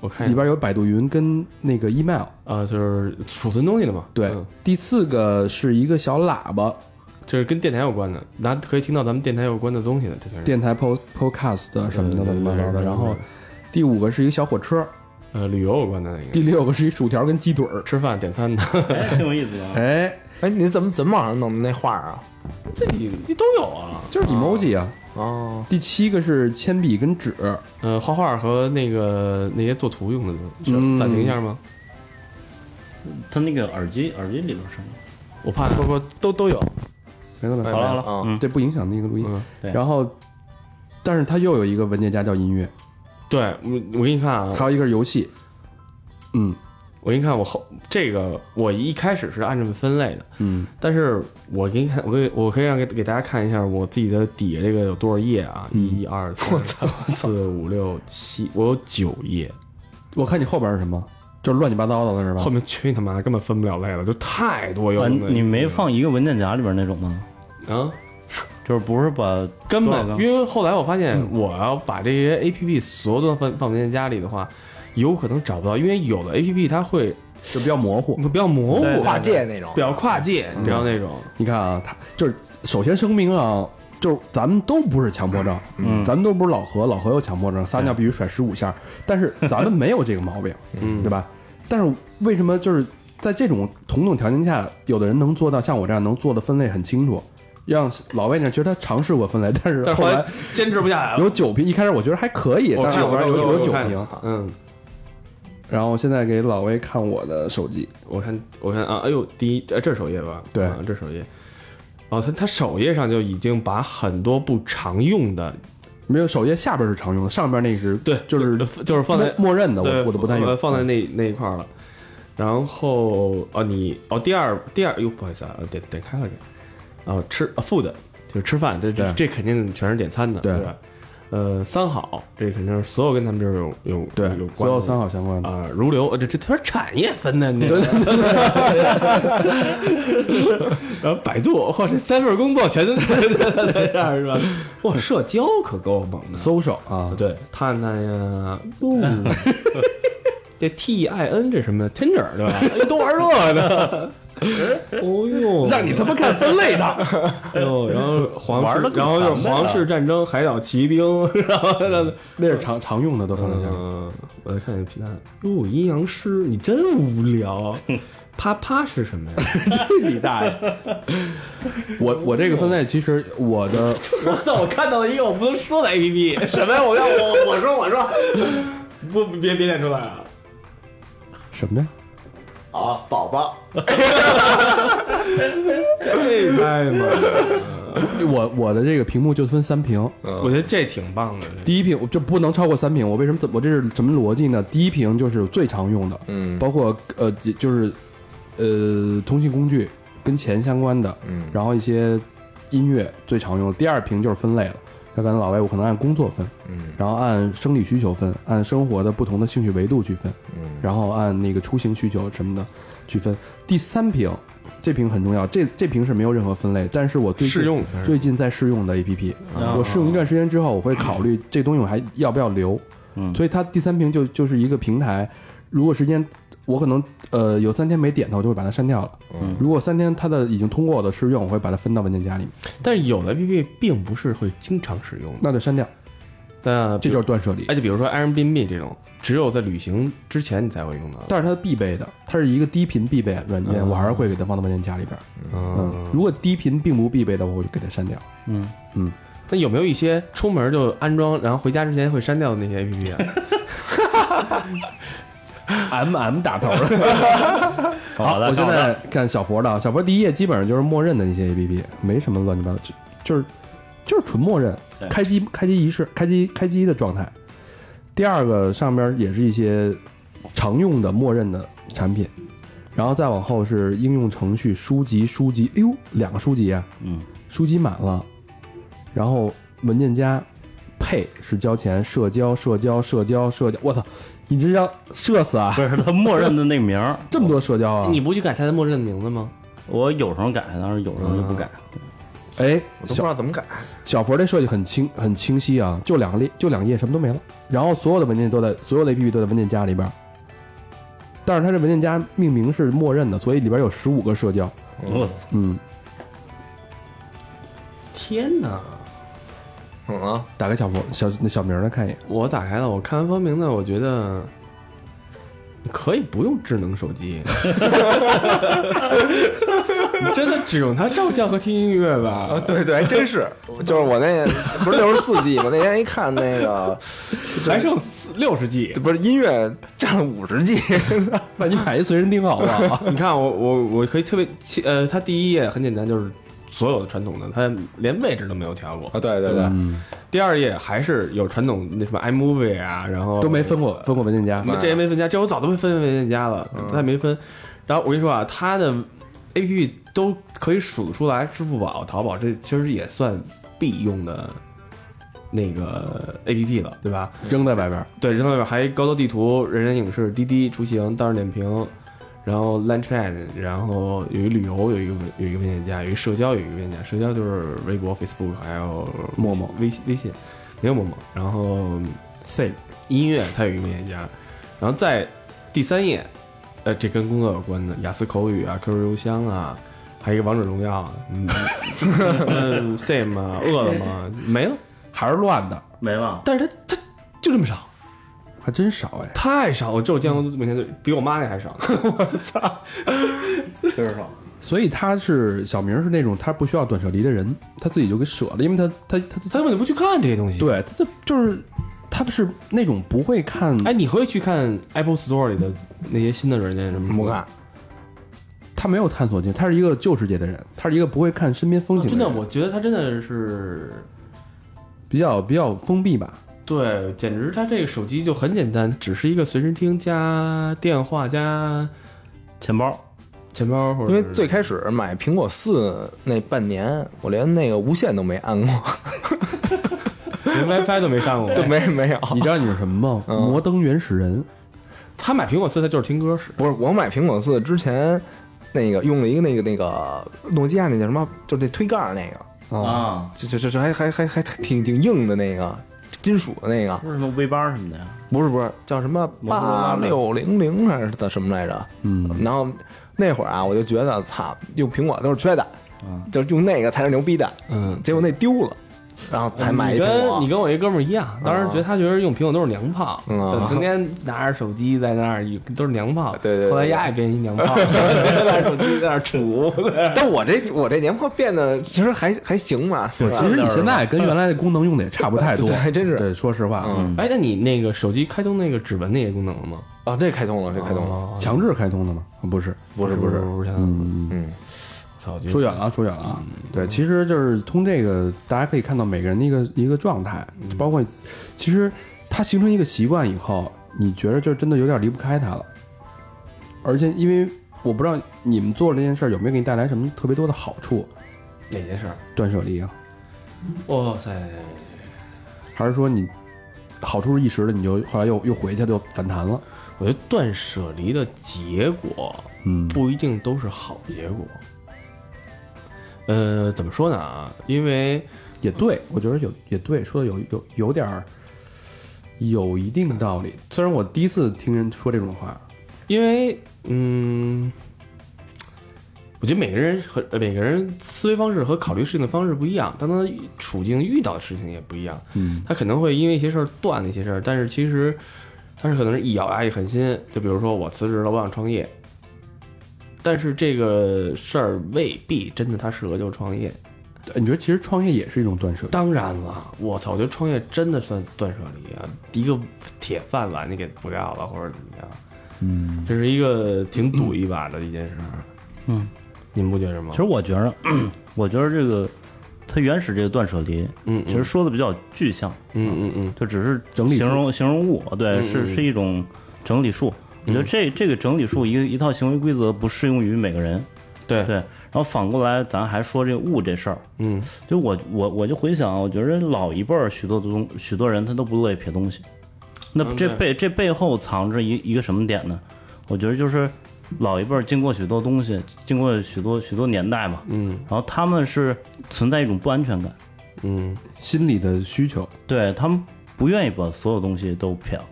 Speaker 5: 我看
Speaker 2: 里
Speaker 5: 一下
Speaker 2: 边有百度云跟那个 email。
Speaker 5: 啊，就是储存东西的嘛。
Speaker 2: 对，
Speaker 5: 嗯
Speaker 2: 第四个是一个小喇叭，
Speaker 5: 这是跟电台有关的，拿可以听到咱们电台有关的东西的，这全是。
Speaker 2: 电台 po podcast 什么的
Speaker 5: 对
Speaker 2: 乱
Speaker 5: 对
Speaker 2: 七八糟的。
Speaker 5: 对对
Speaker 2: 然后第五个是一个小火车，
Speaker 5: 呃，旅游有关的那个，
Speaker 2: 第六个是一薯条跟鸡腿儿。
Speaker 5: 吃饭点餐的，
Speaker 3: 哎，挺有意思的。
Speaker 2: 哎，
Speaker 4: 哎，你怎么怎么往上弄那画啊？
Speaker 5: 这你你都有啊。
Speaker 2: 就是 emoji 啊。
Speaker 4: 哦，
Speaker 2: 第七个是铅笔跟纸，
Speaker 5: 呃，画画和那个那些做图用的东西，
Speaker 2: 嗯
Speaker 5: 是暂停一下吗？
Speaker 3: 它那个耳机，耳机里边是什么？
Speaker 5: 我怕
Speaker 4: 不不都都有，
Speaker 2: 没了没了，
Speaker 4: 哎
Speaker 3: 好了好
Speaker 4: 没了
Speaker 3: 了，
Speaker 4: 嗯
Speaker 3: 嗯，
Speaker 2: 这不影响那个录音。
Speaker 5: 嗯，
Speaker 3: 对
Speaker 2: 然后，但是它又有一个文件夹叫音乐，
Speaker 5: 对我我给你看啊，
Speaker 2: 还有一个是游戏。嗯
Speaker 5: 我给你看啊我后这个，我一开始是按这么分类的，
Speaker 2: 嗯，
Speaker 5: 但是我给你看，我给我可以让给给大家看一下我自己的底下这个有多少页啊？一二 三四五六七，我有九页，
Speaker 2: 我看你后边是什么，就是乱七八糟的了是吧
Speaker 5: 后？面去他妈的根本分不了类了，就太多有
Speaker 3: 啊
Speaker 5: 用的。
Speaker 3: 你没放一个文件夹里边那种吗？
Speaker 5: 啊？
Speaker 3: 就是不是把
Speaker 5: 根
Speaker 3: 多
Speaker 5: 本啊嗯
Speaker 3: 少个，
Speaker 5: 因为后来我发现，我要把这些 A P P 所有都放放文件夹里的话，有可能找不到，因为有的 A P P 它会
Speaker 2: 就比较模糊。
Speaker 5: 比较模糊，
Speaker 4: 跨界那种
Speaker 5: 比，较跨界，你知道那种。
Speaker 2: 你看啊，他就是首先声明啊，就是咱们都不是强迫症，
Speaker 3: 嗯
Speaker 2: 咱们都不是老何，老何有强迫症，撒尿必须甩十五下，但是咱们没有这个毛病，
Speaker 5: 嗯
Speaker 2: 对吧？但是为什么就是在这种同等条件下，有的人能做到像我这样能做的分类很清楚，让老魏那觉得他尝试过分类，但是
Speaker 5: 但是
Speaker 2: 后
Speaker 5: 后
Speaker 2: 来
Speaker 5: 来哦坚持不下来了。
Speaker 2: 有九瓶，一开始我觉得还可以，
Speaker 5: 我
Speaker 2: 但是
Speaker 5: 看
Speaker 2: 后来
Speaker 5: 我
Speaker 2: 有
Speaker 5: 有
Speaker 2: 有
Speaker 5: 有
Speaker 2: 九
Speaker 5: 看
Speaker 2: 瓶。
Speaker 5: 嗯，
Speaker 2: 然后现在给老魏看我的手机，
Speaker 5: 我看我看啊，哎呦，第一，呃，这是首页吧？
Speaker 2: 对
Speaker 5: 啊，这是首页。哦，它它首页上就已经把很多不常用的，
Speaker 2: 没有首页下边是常用的，上边那是
Speaker 5: 对，
Speaker 2: 就是
Speaker 5: 就是放在
Speaker 2: 默默认的，
Speaker 5: 对
Speaker 2: 我我都不太
Speaker 5: 呃
Speaker 2: 用。嗯
Speaker 5: 放在那那一块儿了。然后哦，你哦，第二第二，哟，不好意思啊，点点开了点。哦，吃啊，food 呃就是吃饭，这这
Speaker 2: 对
Speaker 5: 这肯定全是点餐的，
Speaker 2: 对
Speaker 5: 吧？呃，三好，这肯定是所有跟咱们这儿有有
Speaker 2: 对
Speaker 5: 有，
Speaker 2: 所
Speaker 5: 关
Speaker 2: 有
Speaker 5: 系
Speaker 2: 三好相关的，
Speaker 5: 啊、如流，呃这这它是产业分的，你知道吗 然后百度，嚯，这三份工作全都这样是吧？哇，社交可够猛的，
Speaker 2: social 啊，
Speaker 5: 对，探探呀，哟，这 T I N 这什么 Tinder 对吧？哎都玩这 个。哦呦，
Speaker 2: 让你他妈看分类的，
Speaker 5: 哎呦，然 后皇
Speaker 3: 玩
Speaker 5: 室
Speaker 3: 得，更
Speaker 5: 然后就是
Speaker 3: 烦的
Speaker 5: 皇室战争、海岛奇兵，然后让
Speaker 2: 那是常常用的都放在下面。
Speaker 5: 嗯，我来看一下皮蛋。哟，阴阳师，你真无聊。啪啪是 什么呀？
Speaker 2: 去你大爷！我我这个分类其实我的
Speaker 5: 我操！我看到了一个我不能说的 APP，
Speaker 4: 什么呀？我要我我说我说
Speaker 5: 不别别念出来啊！
Speaker 2: 什么呀？
Speaker 4: 啊，宝宝，
Speaker 5: 这哎太猛了，
Speaker 2: 我我的这个屏幕就分三屏，
Speaker 5: 我觉得这挺棒的。
Speaker 2: 第一屏我就不能超过三屏。我为什么怎我这是什么逻辑呢？第一屏就是最常用的，
Speaker 4: 嗯
Speaker 2: 包括呃也就是呃通信工具跟钱相关的，
Speaker 4: 嗯
Speaker 2: 然后一些音乐最常用的。第二屏就是分类了，像刚才老魏，我可能按工作分，
Speaker 4: 嗯
Speaker 2: 然后按生理需求分，按生活的不同的兴趣维度去分，
Speaker 4: 嗯
Speaker 2: 然后按那个出行需求什么的去分。第三屏，这屏很重要，这这屏是没有任何分类，但是我最近
Speaker 5: 试用
Speaker 2: 最近在试用的 APP，、
Speaker 3: 啊
Speaker 2: 我试用一段时间之后，我会考虑这东西我还要不要留。
Speaker 3: 嗯
Speaker 2: 所以它第三屏就就是一个平台，如果时间我可能呃有三天没点它，我就会把它删掉了。
Speaker 3: 嗯
Speaker 2: 如果三天它的已经通过我的试用，我会把它分到文件夹里面，
Speaker 5: 但是有的 APP 并不是会经常使用的，
Speaker 2: 那就删掉，
Speaker 5: 那
Speaker 2: 这就是断舍离。
Speaker 5: 哎，就比如说 Airbnb 这种，只有在旅行之前你才会用到。
Speaker 2: 但是它是必备的，它是一个低频必备软件，
Speaker 5: 嗯
Speaker 2: 我还是会给它放到文件夹里边。嗯，
Speaker 5: 嗯，
Speaker 2: 如果低频并不必备的，我会给它删掉。
Speaker 3: 嗯，
Speaker 5: 那有没有一些出门就安装，然后回家之前会删掉的那些 APP 啊？
Speaker 2: M M 打头儿。
Speaker 3: 好的，
Speaker 2: 我现
Speaker 3: 好的
Speaker 2: 在看小佛的啊，小佛第一页基本上就是默认的那些 A P P，没什么乱七八糟，就就是就是纯默认
Speaker 3: 对
Speaker 2: 开机开机仪式开机开机的状态。第二个上边也是一些常用的默认的产品，然后再往后是应用程序、书籍、书籍，哎呦，两个书籍啊，
Speaker 3: 嗯，
Speaker 2: 书籍满了，然后文件夹配是交钱，社交社交社交社交，我操，你这要社死啊
Speaker 3: 不！是他默认的那名儿，
Speaker 2: 这么多社交啊！
Speaker 5: 你不去改它的默认的名字吗？
Speaker 3: 我有时候改，但是有时候就不改。
Speaker 2: 哎，
Speaker 4: 我都不知
Speaker 2: 小
Speaker 4: 道怎么改。
Speaker 2: 小佛这设计很清很清晰啊，就两列就两页，什么都没了。然后所有的文件都在所有的 APP 都在文件夹里边儿，但是它这文件夹命名是默认的，所以里边有十五个社交。
Speaker 3: 我操，
Speaker 2: 嗯，
Speaker 5: 天哪！
Speaker 4: 嗯啊，
Speaker 2: 打开小佛小那小名儿来看一眼。
Speaker 5: 我打开了，我看完方明呢，我觉得可以不用智能手 机，你真的只用它照相和听音乐
Speaker 2: 啊
Speaker 5: 吧。
Speaker 4: 啊对对，还真是， 就是我那不是六十四 G 吗？那天一看那个，
Speaker 5: 还剩四六十 G，
Speaker 4: 不是音乐占了五十 G，
Speaker 2: 那你买一随身听好不好？
Speaker 5: 你看我我我可以特别切呃，它第一页很简单，就是所有的传统的，它连位置都没有调过。
Speaker 4: 啊，对对对，
Speaker 5: 第二页还是有传统那什么 iMovie 啊，然 后
Speaker 2: 都没分过分过文件夹。
Speaker 5: 没这也没分家，这我早都会分文件夹了，他也没分。然后我跟你说啊，他的 A P P 都可以数得出来，支付宝、淘宝这其实也算必用的那个 A P P 了，对吧？
Speaker 2: 扔在外边儿，
Speaker 5: 对，人外边还高德地图、人人影视、滴滴出行、大众点评，然后 Line Train，然后有一旅游，有一个文有一个文件夹，有一社交，有一个文件夹。社交就是微博、Facebook，还有
Speaker 2: 陌陌
Speaker 5: 微信、微信，没有陌陌。然后 Save 音乐，它有一个文件夹，然后在第三页，呃，这跟工作有关的雅思口语啊、QQ 邮箱啊。还有一个王者荣耀啊，嗯 嗯，same 啊，饿了么没了，
Speaker 2: 还是乱的，
Speaker 3: 没了，
Speaker 5: 但是它它就这么少，
Speaker 2: 还真少哎。
Speaker 5: 太少，我就见过每天最比我妈那还少。
Speaker 3: 就是少。
Speaker 2: 所以他是小明儿是那种他不需要断舍离的人，他自己就给舍了，因为他他他他
Speaker 5: 他根本就不去看这些东西。，
Speaker 2: 对他这就是他是那种不会看
Speaker 5: 哎，你会去看 Apple Store 里的那些新的软件什么？
Speaker 4: 不看，
Speaker 2: 嗯他没有探索性，他是一个旧世界的人，他是一个不会看身边风景
Speaker 5: 啊真的，
Speaker 2: 人
Speaker 5: 我觉得他真的是，
Speaker 2: 比较比较封闭吧。
Speaker 5: 对，简直他这个手机就很简单，只是一个随身听加电话加
Speaker 3: 钱包，
Speaker 5: 钱包，或者
Speaker 4: 因为
Speaker 5: 是
Speaker 4: 最开始买苹果四那半年，我连那个无线都没按过，
Speaker 5: 连 WiFi 都没上过。
Speaker 4: 对， 没没有，
Speaker 2: 你知道你是什么吗？
Speaker 4: 嗯
Speaker 2: 摩登原始人，
Speaker 5: 他买苹果四，他就是听歌使。
Speaker 4: 不是我买苹果四之前，那个用了一个那个那个诺基亚那叫什么，就是那推盖儿那个，
Speaker 3: 啊，
Speaker 4: 这这这这还还还还挺挺硬的那个金属的那个，
Speaker 3: 不是什么 V 八什么的呀？
Speaker 4: 不是不是叫什么
Speaker 3: 摩托罗
Speaker 4: 八
Speaker 3: 拉的
Speaker 4: 六零零还是什么来着？
Speaker 2: 嗯，
Speaker 4: 然后那会儿啊，我就觉得操，用苹果都是缺的，
Speaker 3: 嗯
Speaker 4: 就用那个才是牛逼的。
Speaker 5: 嗯，
Speaker 4: 结果那丢了，然后才买一
Speaker 5: 你
Speaker 4: 苹
Speaker 5: 跟
Speaker 4: 果。
Speaker 5: 你跟我一哥们儿一样，当时觉得他觉得用苹果都是娘炮，
Speaker 4: 嗯啊
Speaker 5: 对成天拿着手机在那儿都是娘炮。
Speaker 4: 对对对对
Speaker 5: 后来丫也变一娘炮，拿着手机在那儿杵。
Speaker 4: 但我这我这年炮变得其实还还行吧，
Speaker 2: 不是，其实你现在跟原来的功能用的也差不太多，
Speaker 4: 嗯对还真是
Speaker 2: 对，说实话，
Speaker 4: 嗯
Speaker 5: 哎，那你那个手机开通那个指纹那个功能了吗？
Speaker 4: 啊，这开通了，这开通了，
Speaker 5: 哦
Speaker 2: 强制开通的吗？不是，
Speaker 4: 不是不是，
Speaker 5: 不是，
Speaker 2: 嗯，
Speaker 4: 嗯，
Speaker 5: 操，我觉得
Speaker 2: 说远了，说远了啊。对，其实就是通这个，大家可以看到每个人的一个一个状态，包括其实他形成一个习惯以后，你觉得就真的有点离不开他了。而且，因为我不知道你们做这件事儿有没有给你带来什么特别多的好处，
Speaker 5: 哪件事儿？
Speaker 2: 断舍离啊，
Speaker 5: 哇塞，
Speaker 2: 还是说你好处是一时的，你就后来又又回去了又反弹了？
Speaker 5: 我觉得断舍离的结果
Speaker 2: 嗯，
Speaker 5: 不一定都是好结果。呃，怎么说呢啊？因为
Speaker 2: 也对，我觉得有也对，说的有有有点儿有一定道理。虽然我第一次听人说这种话，
Speaker 5: 因为嗯，我觉得每个人和呃每个人思维方式和考虑事情的方式不一样，当他处境遇到的事情也不一样，
Speaker 2: 嗯
Speaker 5: 他可能会因为一些事儿断了一些事儿，但是其实他是可能是一咬牙一狠心，就比如说我辞职了，我想创业，但是这个事儿未必真的他适合就创业，
Speaker 2: 你觉得其实创业也是一种断舍离？
Speaker 5: 当然了，我操！我觉得创业真的算断舍离啊，一个铁饭碗你给不要了，或者怎么样，
Speaker 2: 嗯，
Speaker 5: 这是一个挺赌一把的一件事儿。
Speaker 3: 嗯，
Speaker 5: 你们不觉着吗？
Speaker 3: 其实我觉着， 我觉着这个它原始这个断舍离，
Speaker 5: 嗯，嗯
Speaker 3: 其实，说的比较具象，
Speaker 5: 嗯嗯嗯，
Speaker 3: 就只是
Speaker 2: 整理术
Speaker 3: 形容形容物，对，
Speaker 5: 嗯
Speaker 3: 是
Speaker 5: 嗯
Speaker 3: 是一种整理术。我觉得这这个整理术一个一套行为规则不适用于每个人，
Speaker 5: 对
Speaker 3: 对。然后反过来，咱还说这物这事儿，
Speaker 5: 嗯，
Speaker 3: 就我我我就回想，我觉得老一辈儿许多的东许多人他都不乐意撇东西，那
Speaker 5: 嗯
Speaker 3: 这
Speaker 5: 对
Speaker 3: 背这背后藏着一一个什么点呢？我觉得就是老一辈儿经过许多东西，经过许多许多年代嘛，
Speaker 5: 嗯，
Speaker 3: 然后他们是存在一种不安全感，
Speaker 5: 嗯
Speaker 2: 心理的需求，
Speaker 3: 对他们不愿意把所有东西都撇了，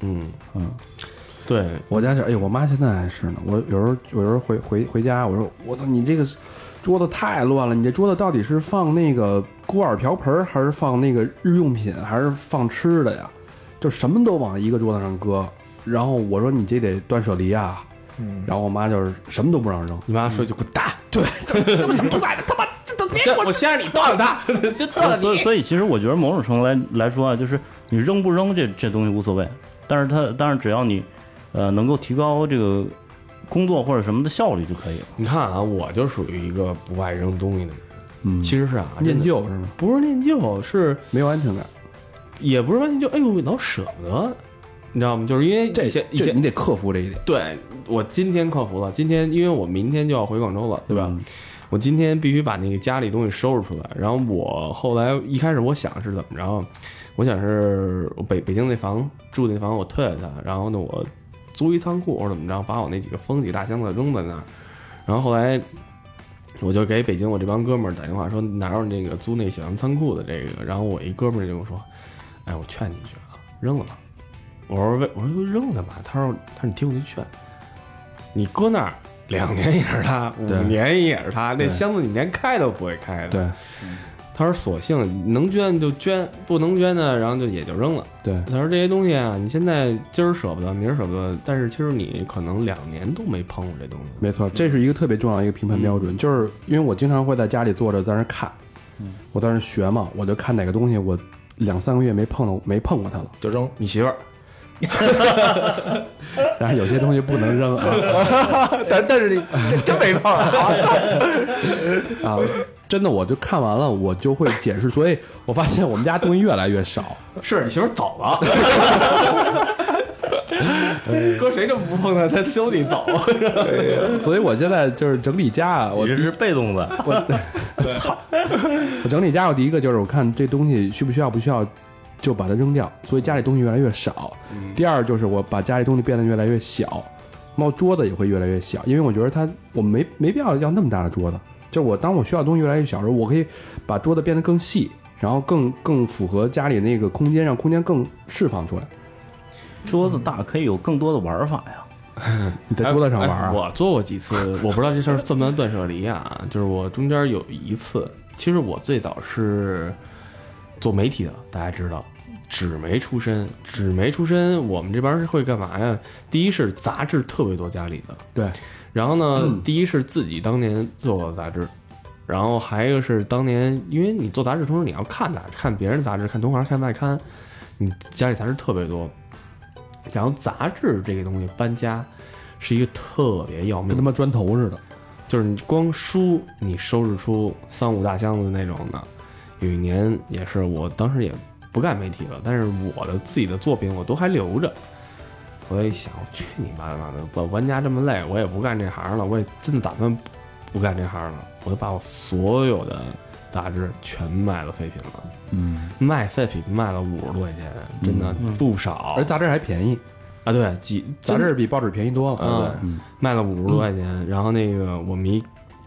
Speaker 5: 嗯
Speaker 3: 嗯，
Speaker 5: 对，
Speaker 2: 我家是，哎呦，我妈现在还是呢。我有时候有时候回回回家，我说我操，你这个桌子太乱了，你这桌子到底是放那个锅碗瓢盆儿，还是放那个日用品，还是放吃的呀？就什么都往一个桌子上搁。然后我说你这得断舍离啊。然后我妈就是什么都不让扔，
Speaker 5: 你妈说一句滚蛋，对，他妈什么滚蛋的，他妈这都别我先让你断了他，就断了
Speaker 3: 所以
Speaker 5: 你。
Speaker 3: 所以其实我觉得某种程度来来说啊，就是你扔不扔这这东西无所谓，但是它但是只要你呃能够提高这个工作或者什么的效率就可以了。
Speaker 5: 你看啊，我就属于一个不爱扔东西的人，
Speaker 2: 嗯，
Speaker 5: 其实是啊，真
Speaker 2: 念
Speaker 5: 的
Speaker 2: 旧是吗？
Speaker 5: 不是念旧，是
Speaker 2: 没有安全感，
Speaker 5: 也不是完全就哎呦老舍不得，你知道吗？就是因为以前以
Speaker 2: 这
Speaker 5: 前
Speaker 2: 你得克服这一点，
Speaker 5: 对我今天克服了，今天因为我明天就要回广州了，对吧？
Speaker 2: 嗯
Speaker 5: 我今天必须把那个家里东西收拾出来。然后我后来一开始我想是怎么着，我想是我北北京那房住那房我退了它，然后呢我租一仓库或者怎么着，把我那几个封几个大箱子扔在那儿。然后后来我就给北京我这帮哥们儿打电话说哪有那个租那个小型仓库的这个，然后我一哥们儿就跟我说，哎，我劝你一句啊，扔了吧。我说为我说扔了干嘛？他说他说你听我一劝，你搁那儿两年也是他，五
Speaker 2: 对
Speaker 5: 年也是他，那
Speaker 2: 对
Speaker 5: 箱子你连开都不会开的。
Speaker 2: 对
Speaker 5: 他说索性能捐就捐，不能捐呢，然后就也就扔了。
Speaker 2: 对，
Speaker 5: 他说这些东西啊，你现在今儿舍不得，明儿舍不得，但是其实你可能两年都没碰过这东西。
Speaker 2: 没错，这是一个特别重要的一个评判标准，就是因为我经常会在家里坐着在那儿看，我在那儿学嘛，我就看哪个东西我两三个月没碰了，没碰过它了，
Speaker 4: 就扔，
Speaker 5: 你媳妇儿，
Speaker 2: 但是有些东西不能扔啊
Speaker 4: 但但是你这真没碰啊！
Speaker 2: 啊！真的，我就看完了，我就会解释，所以我发现我们家东西越来越少，
Speaker 5: 是你媳妇儿走了，搁谁这么不碰他，他修理走。
Speaker 2: 所以我现在就是整理家啊，我
Speaker 3: 你这是被动的，
Speaker 2: 我整理家，我第一个就是我看这东西需不需要，不需要就把它扔掉，所以家里东西越来越少。第二就是我把家里东西变得越来越小，猫桌子也会越来越小，因为我觉得它我没没必要要那么大的桌子。就是我当我需要的东西越来越小的时候，我可以把桌子变得更细，然后更更符合家里那个空间，让空间更释放出来。
Speaker 3: 桌子大可以有更多的玩法呀。
Speaker 2: 你在桌子上玩
Speaker 5: 哎
Speaker 2: 啊？
Speaker 5: 我做过几次，我不知道这事儿算不算断舍离啊？ 就是我中间有一次，其实我最早是做媒体的，大家知道，纸媒出身，纸媒出身，我们这边是会干嘛呀？第一是杂志特别多，家里的，
Speaker 2: 对，
Speaker 5: 然后呢，第一是自己当年做过的杂志，然后还有一个是当年，因为你做杂志同时你要看杂志，看别人的杂志，看同行，看外刊，你家里杂志特别多。然后杂志这个东西搬家是一个特别要命
Speaker 2: 跟
Speaker 5: 的
Speaker 2: 他妈砖头似的。
Speaker 5: 就是你光书你收拾出三五大箱子那种的。有一年也是，我当时也不干媒体了，但是我的自己的作品我都还留着。我一想，我去你妈的妈的！我玩家这么累，我也不干这行了，我也真的打算不干这行了。我就把我所有的杂志全卖了废品了，
Speaker 2: 嗯，
Speaker 5: 卖废品卖了五十多块钱，真的不少、
Speaker 2: 而杂志还便宜，
Speaker 5: 啊！对，几
Speaker 2: 杂志比报纸便宜多了。
Speaker 5: 啊，卖了五十多块钱。然后那个我们一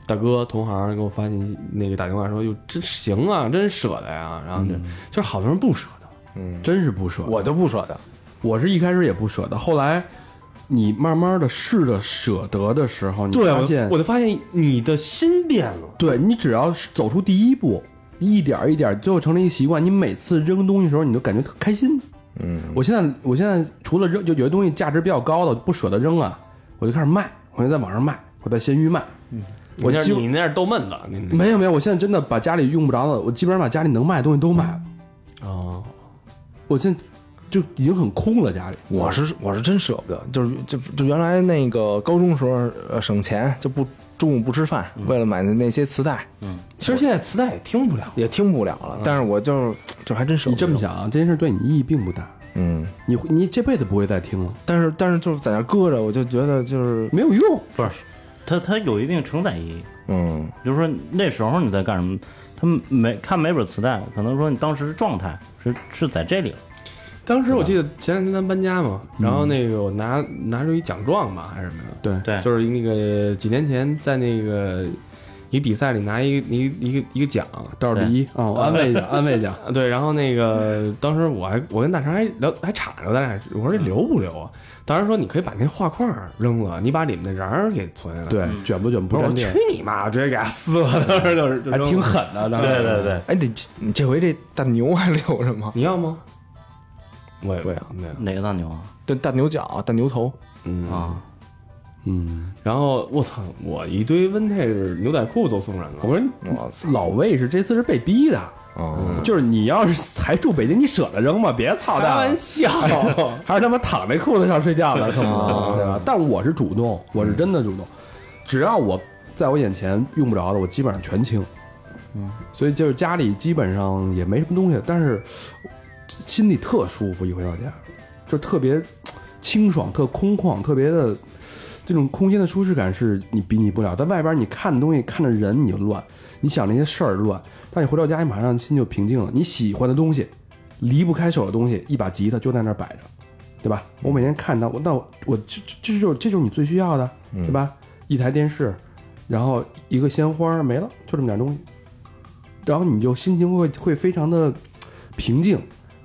Speaker 5: 大哥同行给我发信息，那个打电话说：“哟，真行啊，真舍得呀。”然后就就是好多人不舍得，
Speaker 4: 嗯，
Speaker 2: 真是不舍得。
Speaker 4: 我都不舍得，
Speaker 2: 我是一开始也不舍得，后来你慢慢的试着舍得的时候，你发现
Speaker 5: 啊我，我就发现你的心变了。
Speaker 2: 对你只要是走出第一步，一点儿一点儿，最后成了一个习惯。你每次扔东西的时候，你都感觉特开心。
Speaker 4: 嗯，
Speaker 2: 我现在我现在除了扔，就有些东西价值比较高的不舍得扔啊，我就开始卖，我就在网上卖，我在闲鱼卖。我
Speaker 5: 我那
Speaker 2: 几乎
Speaker 5: 你那是逗闷子，你
Speaker 4: 嗯
Speaker 5: 那
Speaker 2: 没有没有，我现在真的把家里用不着的，我基本上把家里能卖的东西都卖了。
Speaker 4: 嗯
Speaker 5: 哦，
Speaker 2: 我现在就已经很空了，家里。
Speaker 4: 我是我是真舍不得，就是就就原来那个高中时候呃省钱就不中午不吃饭，为了买的那些磁带
Speaker 5: 其实现在磁带也听不了。
Speaker 4: 也听不了了，但是我就是就还真舍
Speaker 2: 嗯你
Speaker 4: 不得。
Speaker 2: 这么，想啊，这件事对你意义并不大，
Speaker 4: 嗯，
Speaker 2: 你你这辈子不会再听了，
Speaker 4: 但是但是就是在那搁着，我就觉得就是
Speaker 2: 没有用。
Speaker 3: 不是，它它有一定承载意义。
Speaker 4: 嗯
Speaker 3: 比如说那时候你在干什么，他每看每本磁带，可能说你当时状态是是在这里了。
Speaker 5: 当时我记得前两天咱搬家嘛，然后那个我拿拿着一奖状吧，还是什么呀？
Speaker 2: 对
Speaker 3: 对，
Speaker 5: 就是那个几年前在那个一比赛里拿一一一个一个奖，
Speaker 2: 倒数第一啊，我安慰一下，安慰一下。
Speaker 5: 啊，对，然后那个当时我还我跟大成还聊还岔着，咱俩我说这留不留啊？当时说你可以把那画框扔了，你把里面的瓤儿给存下来。，
Speaker 2: 对，卷不卷不
Speaker 5: 我说
Speaker 2: 沾
Speaker 5: 我
Speaker 2: 地
Speaker 5: 去，你妈！我直接给它撕了，当时就是就
Speaker 2: 还
Speaker 5: 扔了
Speaker 2: 挺狠的。当时，
Speaker 3: 对对，
Speaker 4: 哎，你这你这回这大牛还留着吗？
Speaker 5: 你要吗？我也
Speaker 4: 不要
Speaker 5: 没有。
Speaker 3: 哪个大牛啊？
Speaker 4: 这大牛角、大牛头，
Speaker 5: 嗯，
Speaker 3: 啊，
Speaker 2: 嗯，
Speaker 5: 然后我操，我一堆 vintage 牛仔裤都送人了。
Speaker 2: 我说
Speaker 4: 我嗯操！
Speaker 2: 老魏是这次是被逼的，
Speaker 4: 哦，
Speaker 2: 就是你要是才住北京，你舍得扔吗？别操蛋了，
Speaker 5: 笑，
Speaker 2: 还是他妈躺在裤子上睡觉呢，恨不得对吧？但我是主动，我是真的主动，只要我在我眼前用不着的，我基本上全清。嗯，所以就是家里基本上也没什么东西，但是心里特舒服，一回到家就特别清爽、特空旷、特别的这种空间的舒适感是你比拟不了。在外边你看的东西、看着人你就乱，你想那些事儿乱，但你回到家，你马上心就平静了。你喜欢的东西，离不开手的东西，一把吉他就在那儿摆着，对吧？我每天看到我，那我我这这这就是这就是你最需要的，对吧？一台电视，然后一个鲜花没了，就这么点东西，然后你就心情会会非常的平静，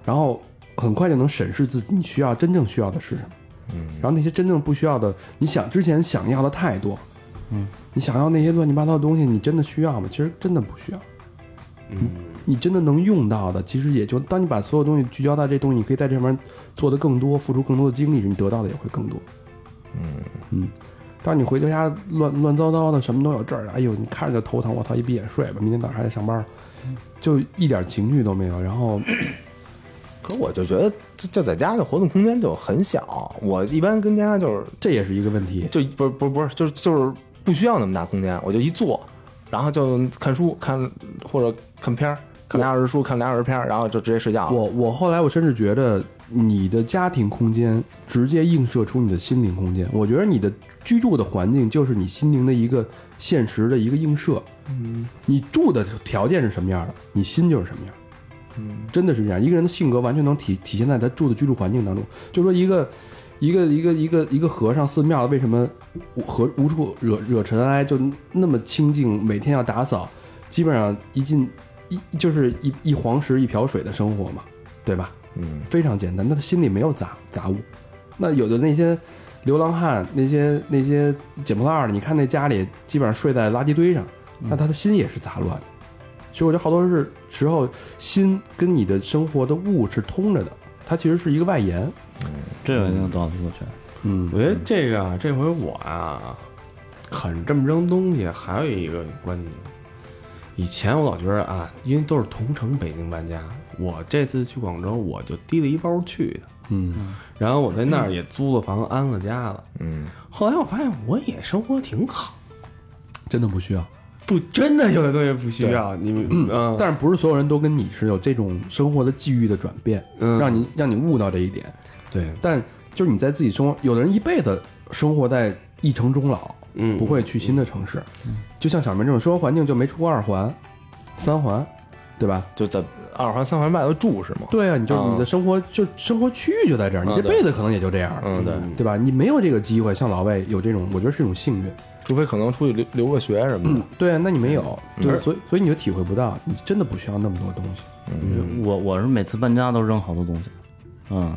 Speaker 2: 然后很快就能审视自己你需要真正需要的是什么。嗯，然后那些真正不需要的，你想之前想要的太多，嗯，你想要那些乱七八糟的东西，你真的需要吗？其实真的不需要。
Speaker 5: 嗯，
Speaker 2: 你真的能用到的，其实也就当你把所有东西聚焦到这东西，你可以在这上面做的更多，付出更多的精力，你得到的也会更多。嗯嗯，当你回到家乱乱糟糟的，什么都有这儿，哎呦，你看着就头疼，我操，一闭眼睡吧，明天早上还得上班，就一点情绪都没有。然后
Speaker 4: 可我就觉得就就在家的活动空间就很小，我一般跟家就是
Speaker 2: 这也是一个问题，
Speaker 4: 就不是不是不是，就是就是不需要那么大空间，我就一坐，然后就看书看或者看片儿，看俩小时书，看俩小时片儿，然后就直接睡觉了。
Speaker 2: 我我后来我甚至觉得，你的家庭空间直接映射出你的心灵空间。我觉得你的居住的环境就是你心灵的一个现实的一个映射。嗯，你住的条件是什么样的，你心就是什么样。嗯，真的是这样。一个人的性格完全能体体现在他住的居住环境当中。就说一个一个一个一个一个和尚寺庙为什么无和无处惹惹尘埃，就那么清静，每天要打扫，基本上一进一就是一一黄石一瓢水的生活嘛，对吧？
Speaker 4: 嗯，
Speaker 2: 非常简单，那他心里没有杂杂物。那有的那些流浪汉，那些那些捡破烂儿的，你看那家里基本上睡在垃圾堆上，
Speaker 5: 嗯
Speaker 2: 那他的心也是杂乱的。所以我觉得好多是时候心跟你的生活的物是通着的，它其实是一个外延。
Speaker 3: 这有一定道理，我觉得。
Speaker 2: 嗯
Speaker 5: 我觉得这个啊，这回我啊，肯这么扔东西，还有一个观点。以前我老觉得啊，因为都是同城北京搬家，我这次去广州，我就提了一包去的，
Speaker 2: 嗯，
Speaker 5: 然后我在那儿也租了房，安了家了。
Speaker 4: 嗯，
Speaker 5: 后来我发现我也生活挺好，
Speaker 2: 真的不需要。
Speaker 5: 不真的有的东西不需要你们，嗯，
Speaker 2: 但是不是所有人都跟你是有这种生活的际遇的转变，
Speaker 5: 嗯
Speaker 2: 让你让你悟到这一点。
Speaker 5: 对，
Speaker 2: 但就是你在自己生活，有的人一辈子生活在一城终老，
Speaker 5: 嗯
Speaker 2: 不会去新的城市。就像小明这种生活环境就没出过二环、三环，对吧？
Speaker 4: 就在二环、三环外头住是吗？
Speaker 2: 对啊，你就
Speaker 4: 嗯
Speaker 2: 你的生活就生活区域就在这儿，你
Speaker 4: 嗯
Speaker 2: 这
Speaker 4: 对
Speaker 2: 辈子可能也就这样了，
Speaker 4: 嗯，对，
Speaker 2: 对吧？你没有这个机会像老外有这种，我觉得是一种幸运。
Speaker 4: 除非可能出去留留个学什么的。
Speaker 2: 对啊，那你没有，对，所以所以你就体会不到，你真的不需要那么多东西。
Speaker 5: 嗯
Speaker 3: 我我是每次搬家都扔好多东西，嗯，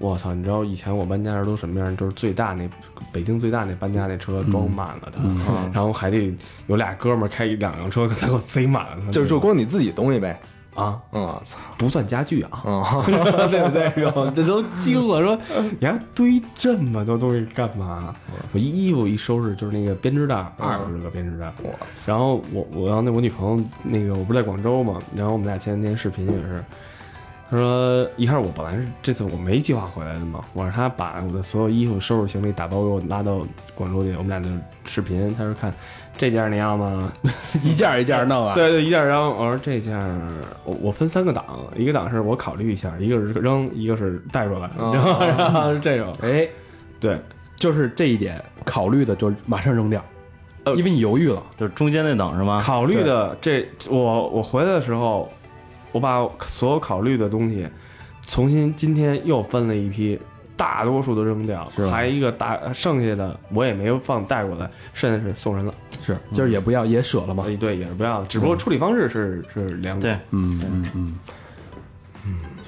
Speaker 5: 我操！你知道以前我搬家时候都什么样？就是最大那北京最大那搬家那车装满了它，
Speaker 4: 嗯
Speaker 5: 然后还得有俩哥们儿开一两辆车，给他给我塞满了它，
Speaker 4: 就是就光你自己东西呗，
Speaker 5: 啊，
Speaker 4: 嗯，操，
Speaker 5: 不算家具啊，
Speaker 4: 嗯，
Speaker 5: 对不对？然后这都惊了，说 你还堆这么多东西干嘛？我一衣服一收拾就是那个编织袋，二十个编织袋，
Speaker 4: 我
Speaker 5: 然后我我然后那我女朋友那个我不是在广州嘛，然后我们俩前两天视频也是，她说一开始我本来是这次我没计划回来的嘛，我让她把我的所有衣服收拾行李打包给我拉到广州去，我们俩就视频，她说看这件那样吗？
Speaker 2: 一件儿一件儿 弄啊，
Speaker 5: 对对，一件，然后我说这件我我分三个档，一个档是我考虑一下，一个是扔，一个是带出来，
Speaker 2: 哦
Speaker 5: 然后然后是这种，
Speaker 2: 哎，
Speaker 5: 对，
Speaker 2: 就是这一点考虑的，就是马上扔掉，
Speaker 5: 呃
Speaker 2: 因为你犹豫了。
Speaker 3: 就是中间那档是
Speaker 2: 啊
Speaker 3: 吗？
Speaker 5: 考虑的这我我回来的时候，我把所有考虑的东西重新今天又分了一批，大多数都扔掉，还一个大剩下的我也没有放带过来，剩下是送人了，
Speaker 2: 是，就是也不要，也舍了嘛。
Speaker 5: 哎对也是不要了，只不过处理方式是是两种
Speaker 3: 对，，
Speaker 2: 嗯嗯嗯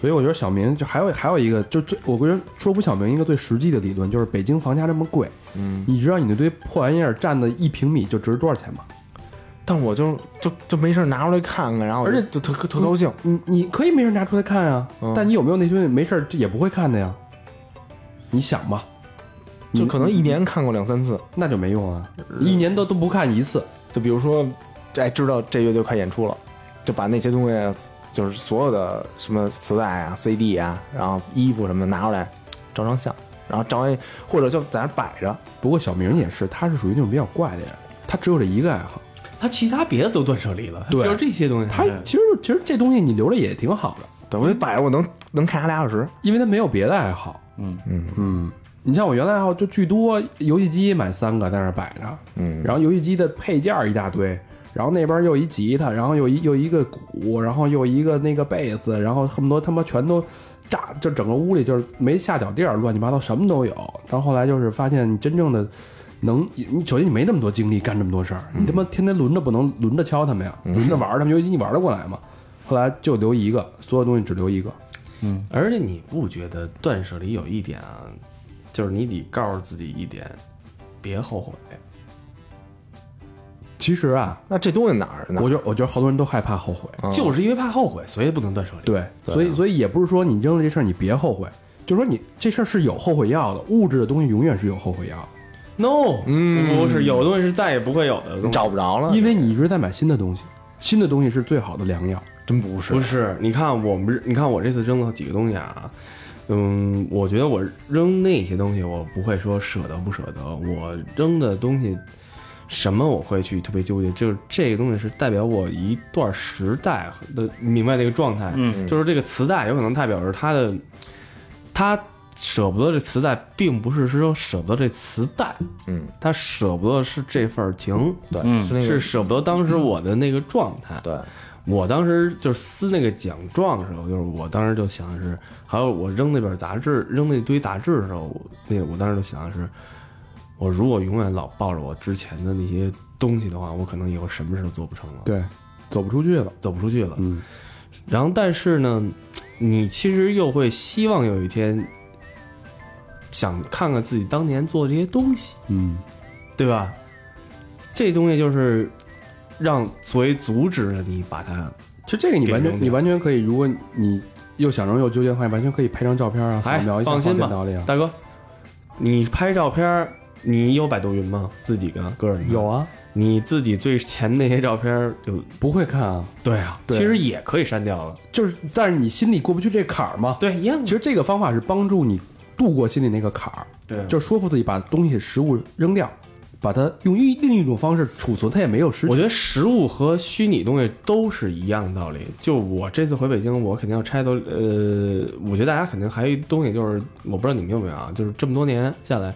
Speaker 2: 所以我觉得小明就还有还有一个，就最我觉得说服小明一个最实际的理论，就是北京房价这么贵，嗯，你知道你那堆破玩意儿占的一平米就值多少钱吗？
Speaker 4: 但我就就就没事儿拿出来看看，然后
Speaker 2: 而且
Speaker 4: 就特特特高兴，
Speaker 2: 你你可以没人拿出来看啊，
Speaker 4: 嗯
Speaker 2: 但你有没有那堆没事儿也不会看的呀？你想吧，
Speaker 4: 就可能一年看过两三次。
Speaker 2: 那就没用啊，一年都都不看一次，
Speaker 4: 就比如说，哎，知道这乐队快演出了，就把那些东西，就是所有的什么磁带啊、CD 啊，然后衣服什么的拿出来照张相，然后照一或者就在那摆着。
Speaker 2: 不过小明也是，他是属于那种比较怪的人，他只有这一个爱好。
Speaker 5: 他其他别的都断舍离了，
Speaker 2: 对
Speaker 5: 只有这些东西
Speaker 2: 他
Speaker 5: 还是，
Speaker 2: 其实其实这东西你留着也挺好的，
Speaker 4: 对，我就摆着，我能能看它俩小时。
Speaker 2: 因为他没有别的爱好。
Speaker 3: 嗯
Speaker 2: 嗯嗯，你像我原来爱好就巨多，游戏机买三个在那儿摆着，
Speaker 4: 嗯，
Speaker 2: 然后游戏机的配件儿一大堆，然后那边又一吉他，然后又一又一个鼓，然后又一个那个贝斯，然后恨不得他妈全都炸，就整个屋里就是没下脚地儿，乱七八糟什么都有。然后后来就是发现你真正的。能，你首先你没那么多精力干这么多事儿，你他妈天天轮着不能轮着敲他们呀，轮着玩儿他们，游戏机你玩得过来吗？后来就留一个，所有东西只留一个，
Speaker 5: 而且你不觉得断舍离有一点啊，就是你得告诉自己一点，别后悔，
Speaker 2: 其实啊，
Speaker 4: 那这东西哪儿呢？
Speaker 2: 我觉得我觉得好多人都害怕后悔，
Speaker 4: 嗯
Speaker 5: 就是因为怕后悔，所以不能断舍离。
Speaker 2: 对，啊所以所以也不是说你扔了这事儿你别后悔，就说你这事儿是有后悔药的，物质的东西永远是有后悔药的，
Speaker 5: No，
Speaker 4: 嗯
Speaker 5: 不是，有的东西是再也不会有的东西。
Speaker 4: 找不着了，
Speaker 2: 因为你一直在买新的东西，新的东西是最好的良药。
Speaker 4: 真不是
Speaker 5: 不是，你看我们，你看我这次扔了几个东西啊，嗯，我觉得我扔那些东西，我不会说舍得不舍得，我扔的东西，什么我会去特别纠结，就是这个东西是代表我一段时代的，明白那个状态，
Speaker 3: 嗯
Speaker 5: 就是这个磁带有可能代表着它的他舍不得这磁带，并不是说舍不得这磁带，
Speaker 4: 嗯，
Speaker 5: 他舍不得是这份儿情，
Speaker 4: 对，
Speaker 3: 嗯
Speaker 4: 是那
Speaker 5: 是
Speaker 4: 个，
Speaker 5: 舍不得当时我的那个状态。
Speaker 4: 对，
Speaker 5: 我当时就是撕那个奖状的时候，就是我当时就想的是，还有我扔那本杂志，扔那堆杂志的时候，我那个我当时就想的是，我如果永远老抱着我之前的那些东西的话，我可能以后什么事都做不成了，
Speaker 2: 对，走不出去了，
Speaker 5: 走不出去了。
Speaker 2: 嗯，
Speaker 5: 然后但是呢，你其实又会希望有一天想看看自己当年做的这些东西，
Speaker 2: 嗯，
Speaker 5: 对吧？这东西就是让所谓阻止了你把它
Speaker 2: 就这个你完
Speaker 5: 给扔
Speaker 2: 全
Speaker 5: 掉
Speaker 2: 你完全可以，如果你又想扔又纠结的话，完全可以拍张照片啊，扫
Speaker 5: 哎
Speaker 2: 描一下
Speaker 5: 放心吧
Speaker 2: 放电脑里啊，
Speaker 5: 大哥，你拍照片儿，你有百度云吗？自己的个人的
Speaker 2: 有，啊，
Speaker 5: 你自己最前那些照片儿有。
Speaker 2: 不会看啊，
Speaker 5: 对啊，
Speaker 2: 对
Speaker 5: 其实也可以删掉了。
Speaker 2: 就是但是你心里过不去这坎儿嘛，
Speaker 5: 对，一样
Speaker 2: 其。实这个方法是帮助你度过心里那个坎儿，
Speaker 5: 对
Speaker 2: 就是说服自己把东西食物扔掉，把它用一另一种方式储存，它也没有失去。
Speaker 5: 我觉得实物和虚拟东西都是一样的道理。就我这次回北京，我肯定要拆走。呃，我觉得大家肯定还有一东西，就是我不知道你们有没有啊，就是这么多年下来，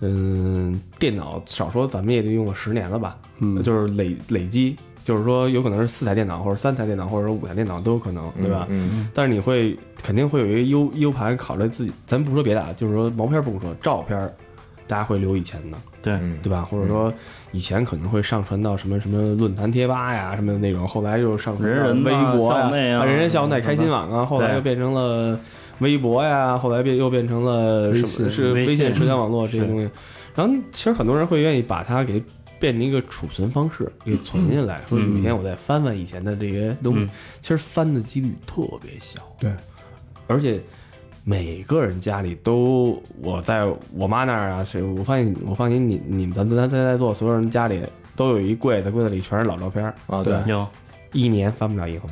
Speaker 5: 嗯、电脑少说咱们也得用了十年了吧，
Speaker 2: 嗯
Speaker 5: 就是累累积，就是说有可能是四台电脑，或者三台电脑，或者说五台电脑都有可能，对吧？
Speaker 4: 嗯，
Speaker 5: 但是你会肯定会有一个 U U 盘考虑自己，咱不说别的啊，就是说毛片不说，照片儿大家会留以前的，
Speaker 3: 对
Speaker 4: 嗯嗯，
Speaker 5: 对吧？或者说以前可能会上传到什么什么论坛贴吧呀，什么那种，后来又上传到
Speaker 3: 人人呐
Speaker 5: 微博呀
Speaker 3: 校内，啊嗯
Speaker 5: 人人校内开心网啊，后来又变成了微博呀，后来变又变成了什
Speaker 2: 微
Speaker 5: 么
Speaker 2: 信
Speaker 5: 是微
Speaker 3: 微
Speaker 5: 信
Speaker 3: 信
Speaker 5: 社交网络这些东西。然后其实很多人会愿意把它给变成一个储存方式，给存下
Speaker 3: 嗯
Speaker 5: 来，说有一天我再翻翻以前的这些东西。其实翻的几率特别小，
Speaker 2: 对，
Speaker 5: 而且每个人家里都，我在我妈那儿啊，谁我发现我发现你你们咱咱咱在座所有人家里都有一柜子，柜子里全是老照片儿，
Speaker 4: 啊，对，
Speaker 3: 有
Speaker 5: 一年翻不了一回，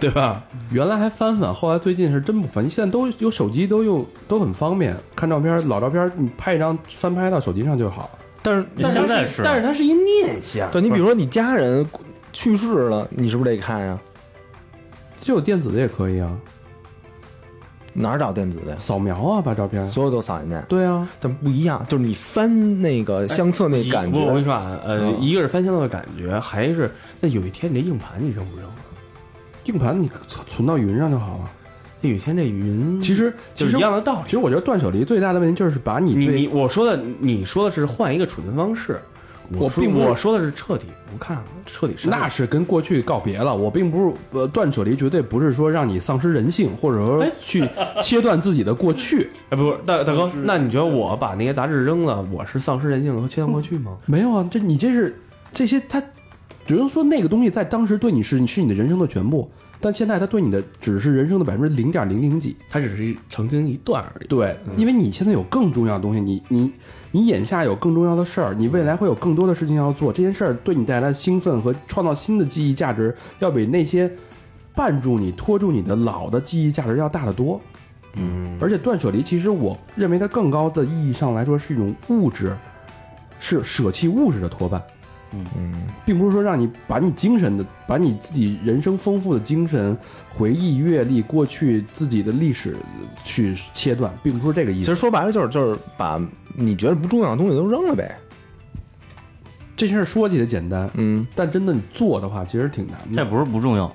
Speaker 5: 对吧？
Speaker 2: 原来还翻翻，后来最近是真不翻。现在都有手机，都用都很方便，看照片，老照片你拍一张翻拍到手机上就好。
Speaker 4: 但是
Speaker 3: 你现在是，
Speaker 5: 但是它是一念想，
Speaker 4: 对你比如说你家人去世了，你是不是得看呀？
Speaker 2: 就有电子的也可以啊，
Speaker 4: 哪儿找电子的呀？
Speaker 2: 扫描啊，把照片。
Speaker 4: 所有都扫进去，
Speaker 2: 对啊，
Speaker 4: 但不一样，就是你翻那个相册那感
Speaker 5: 不我跟你
Speaker 4: 觉，
Speaker 5: 说啊，呃，
Speaker 4: 嗯
Speaker 5: 一个是翻箱倒的感觉，还是那有一天你这硬盘你扔啊不扔？
Speaker 2: 硬盘你存存到云上就好了。
Speaker 5: 那有一天这云
Speaker 2: 其实
Speaker 5: 就
Speaker 2: 其
Speaker 5: 是
Speaker 2: 实
Speaker 5: 一样的道理
Speaker 2: 其。实我觉得断舍离最大的问题就是把你
Speaker 5: 你
Speaker 2: 对
Speaker 5: 你我说的，你说的是换一个储存方式，
Speaker 2: 我
Speaker 5: 说
Speaker 2: 并不是
Speaker 5: 我说的是彻底不看了，彻底删了
Speaker 2: 那是跟过去告别了。我并不是呃，断舍离绝对不是说让你丧失人性，或者说去切断自己的过去。
Speaker 5: 哎，不是大大哥，那你觉得我把那些杂志扔了，我是丧失人性了和切断过去吗？
Speaker 2: 没有啊，这你这是这些，它只能说那个东西在当时对你是是你的人生的全部，但现在它对你的只是人生的百分之零点零零几。
Speaker 5: 它只是一曾经一段而已。
Speaker 2: 对，因为你现在有更重要的东西，你你你眼下有更重要的事儿，你未来会有更多的事情要做，这件事儿对你带来的兴奋和创造新的记忆价值，要比那些绊住你、拖住你的老的记忆价值要大得多。嗯，而且断舍离，其实我认为它更高的意义上来说是一种物质，是舍弃物质的拖绊。
Speaker 4: 嗯，
Speaker 2: 并不是说让你把你精神的、把你自己人生丰富的精神、回忆、阅历、过去自己的历史去切断，并不是这个意
Speaker 4: 其
Speaker 2: 思
Speaker 4: 实。说白了就是就是把你觉得不重要的东西都扔了呗，
Speaker 2: 这件事说起来简单，
Speaker 4: 嗯，
Speaker 2: 但真的你做的话，其实挺难
Speaker 3: 这
Speaker 2: 的。
Speaker 3: 不是不重要，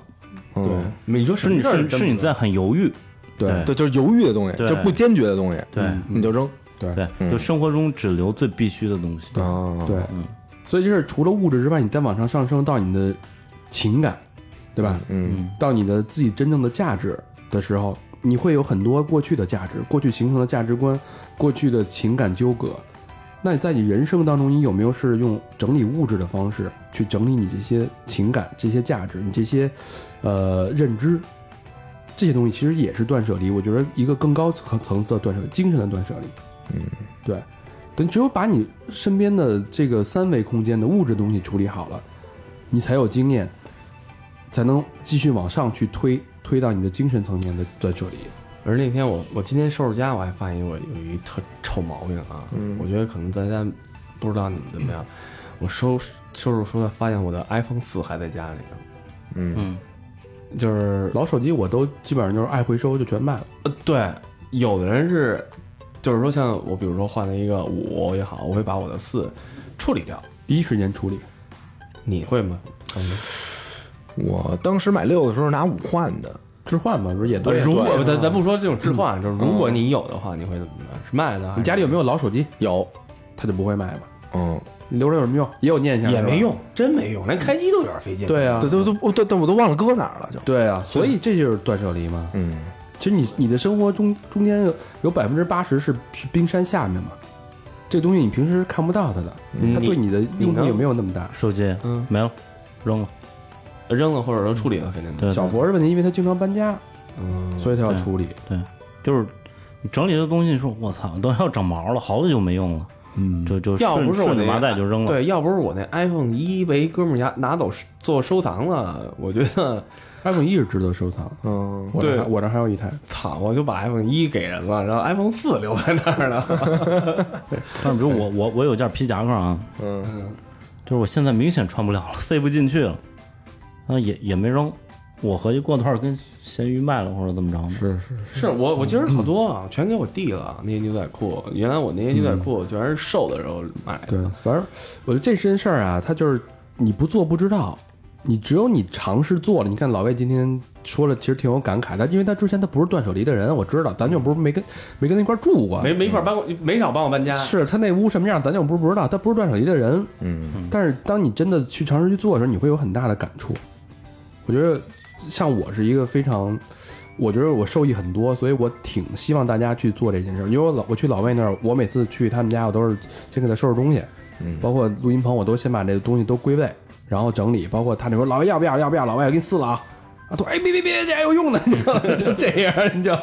Speaker 4: 嗯，
Speaker 5: 你说
Speaker 3: 是你是是你在很犹豫，
Speaker 2: 对
Speaker 3: 对
Speaker 4: 对，就是犹豫的东西，
Speaker 3: 对
Speaker 4: 就不坚决的东西，
Speaker 3: 对
Speaker 4: 你就扔，
Speaker 2: 对
Speaker 3: 嗯对，
Speaker 5: 嗯
Speaker 3: 就生活中只留最必须的东西。
Speaker 4: 哦，
Speaker 2: 对
Speaker 3: 嗯，
Speaker 2: 所以就是除了物质之外，你再往上上升到你的情感，对吧？
Speaker 4: 嗯，
Speaker 3: 嗯，
Speaker 2: 到你的自己真正的价值的时候，你会有很多过去的价值、过去形成的价值观、过去的情感纠葛。那你在你人生当中，你有没有是用整理物质的方式去整理你这些情感、这些价值、你这些呃认知？这些东西其实也是断舍离，我觉得一个更高层层次的断舍离，精神的断舍离。嗯，对，等只有把你身边的这个三维空间的物质东西处理好了，你才有经验，才能继续往上去推，推到你的精神层面的断舍离。
Speaker 5: 而那天我我今天收拾家，我还发现我有一特臭毛病啊，
Speaker 2: 嗯
Speaker 5: 我觉得可能大家不知道你们怎 么样，我收拾收拾出来发现我的 iPhone 四还在家里呢，
Speaker 4: 嗯
Speaker 3: 嗯，
Speaker 5: 就是
Speaker 2: 老手机我都基本上就是爱回收就全卖了，
Speaker 5: 呃对，有的人是，就是说像我，比如说换了一个五也好，我会把我的四处理掉。
Speaker 2: 第一时间处理。
Speaker 5: 你会吗？
Speaker 4: 我当时买六的时候拿五换的，
Speaker 2: 置换嘛，不是也对？
Speaker 5: 呃如果
Speaker 4: 对
Speaker 5: 咱咱不说这种置换，就是如果你有的话，你会怎么办？是卖呢？
Speaker 2: 你家里有没有老手机？有，他就不会卖嘛。
Speaker 4: 嗯，
Speaker 2: 你留着有什么用？也有念想，
Speaker 5: 也
Speaker 2: 是吧
Speaker 5: 没。用，真没用，连开机都有点费劲。
Speaker 2: 对啊
Speaker 4: 这，都都我都都我都忘了搁哪儿了就，
Speaker 2: 对啊，所以这就是断舍离嘛。
Speaker 4: 嗯，
Speaker 2: 其实你你的生活中中间有有百分之八十是是冰山下面嘛，这东西你平时看不到它的，
Speaker 5: 嗯，
Speaker 2: 它对
Speaker 5: 你
Speaker 2: 你的用
Speaker 5: 能
Speaker 2: 处也没有那么大。
Speaker 3: 手机
Speaker 5: 嗯
Speaker 3: 没了，扔了。
Speaker 5: 扔了或者说处理了，肯定的。
Speaker 3: 对，
Speaker 2: 小佛的问题，因为他经常搬家，
Speaker 5: 嗯，
Speaker 2: 所以他要处理。
Speaker 3: 就是你整理的东西，说我操，都要长毛了，好久没用了，
Speaker 2: 嗯，
Speaker 3: 就就
Speaker 5: 要不
Speaker 3: 顺
Speaker 5: 是我
Speaker 3: 顺着
Speaker 5: 那
Speaker 3: 麻袋就扔了。
Speaker 5: 对，要不是我那 iPhone 一被一哥们儿拿拿走做收藏了，我觉得
Speaker 2: iPhone 一是值得收藏的，
Speaker 4: 嗯，
Speaker 2: 我这
Speaker 5: 对
Speaker 2: 还我这还有一台。
Speaker 5: 操，我就把 iPhone 一给人了，然后 iPhone 四留在那儿了。
Speaker 3: 但是比如我我我有件皮夹克啊，
Speaker 4: 嗯，
Speaker 3: 就是我现在明显穿不了了， 塞不进去了，啊也也没扔，我合计过段儿跟咸鱼卖了或者怎么着呢？
Speaker 2: 是是，
Speaker 5: 是我我今儿好多啊，全给我弟了那些牛仔裤。原来我那些牛仔裤全是瘦的时候买的。
Speaker 2: 对，反正我觉得这身事儿啊，它就是你不做不知道，你只有你尝试做了。你看老魏今天说了，其实挺有感慨的，因为他之前他不是断舍离的人，我知道，咱就不是没跟没跟那块儿住过，
Speaker 5: 没没一块儿搬过，没少帮我搬家。
Speaker 2: 是他那屋什么样，咱就不是不知道，他不是断舍离的人。
Speaker 4: 嗯，
Speaker 2: 但是当你真的去尝试去做的时候，你会有很大的感触。我觉得像我是一个非常，我觉得我受益很多，所以我挺希望大家去做这件事儿。因为我老我去老魏那儿，我每次去他们家，我都是先给他收拾东西，
Speaker 4: 嗯
Speaker 2: 包括录音棚，我都先把这东西都归位，然后整理。包括他那说老魏要不要要不要，老魏我给你撕了啊。啊，对，哎，别别别，这还有用呢，你知道吗？ 就这样，你知道，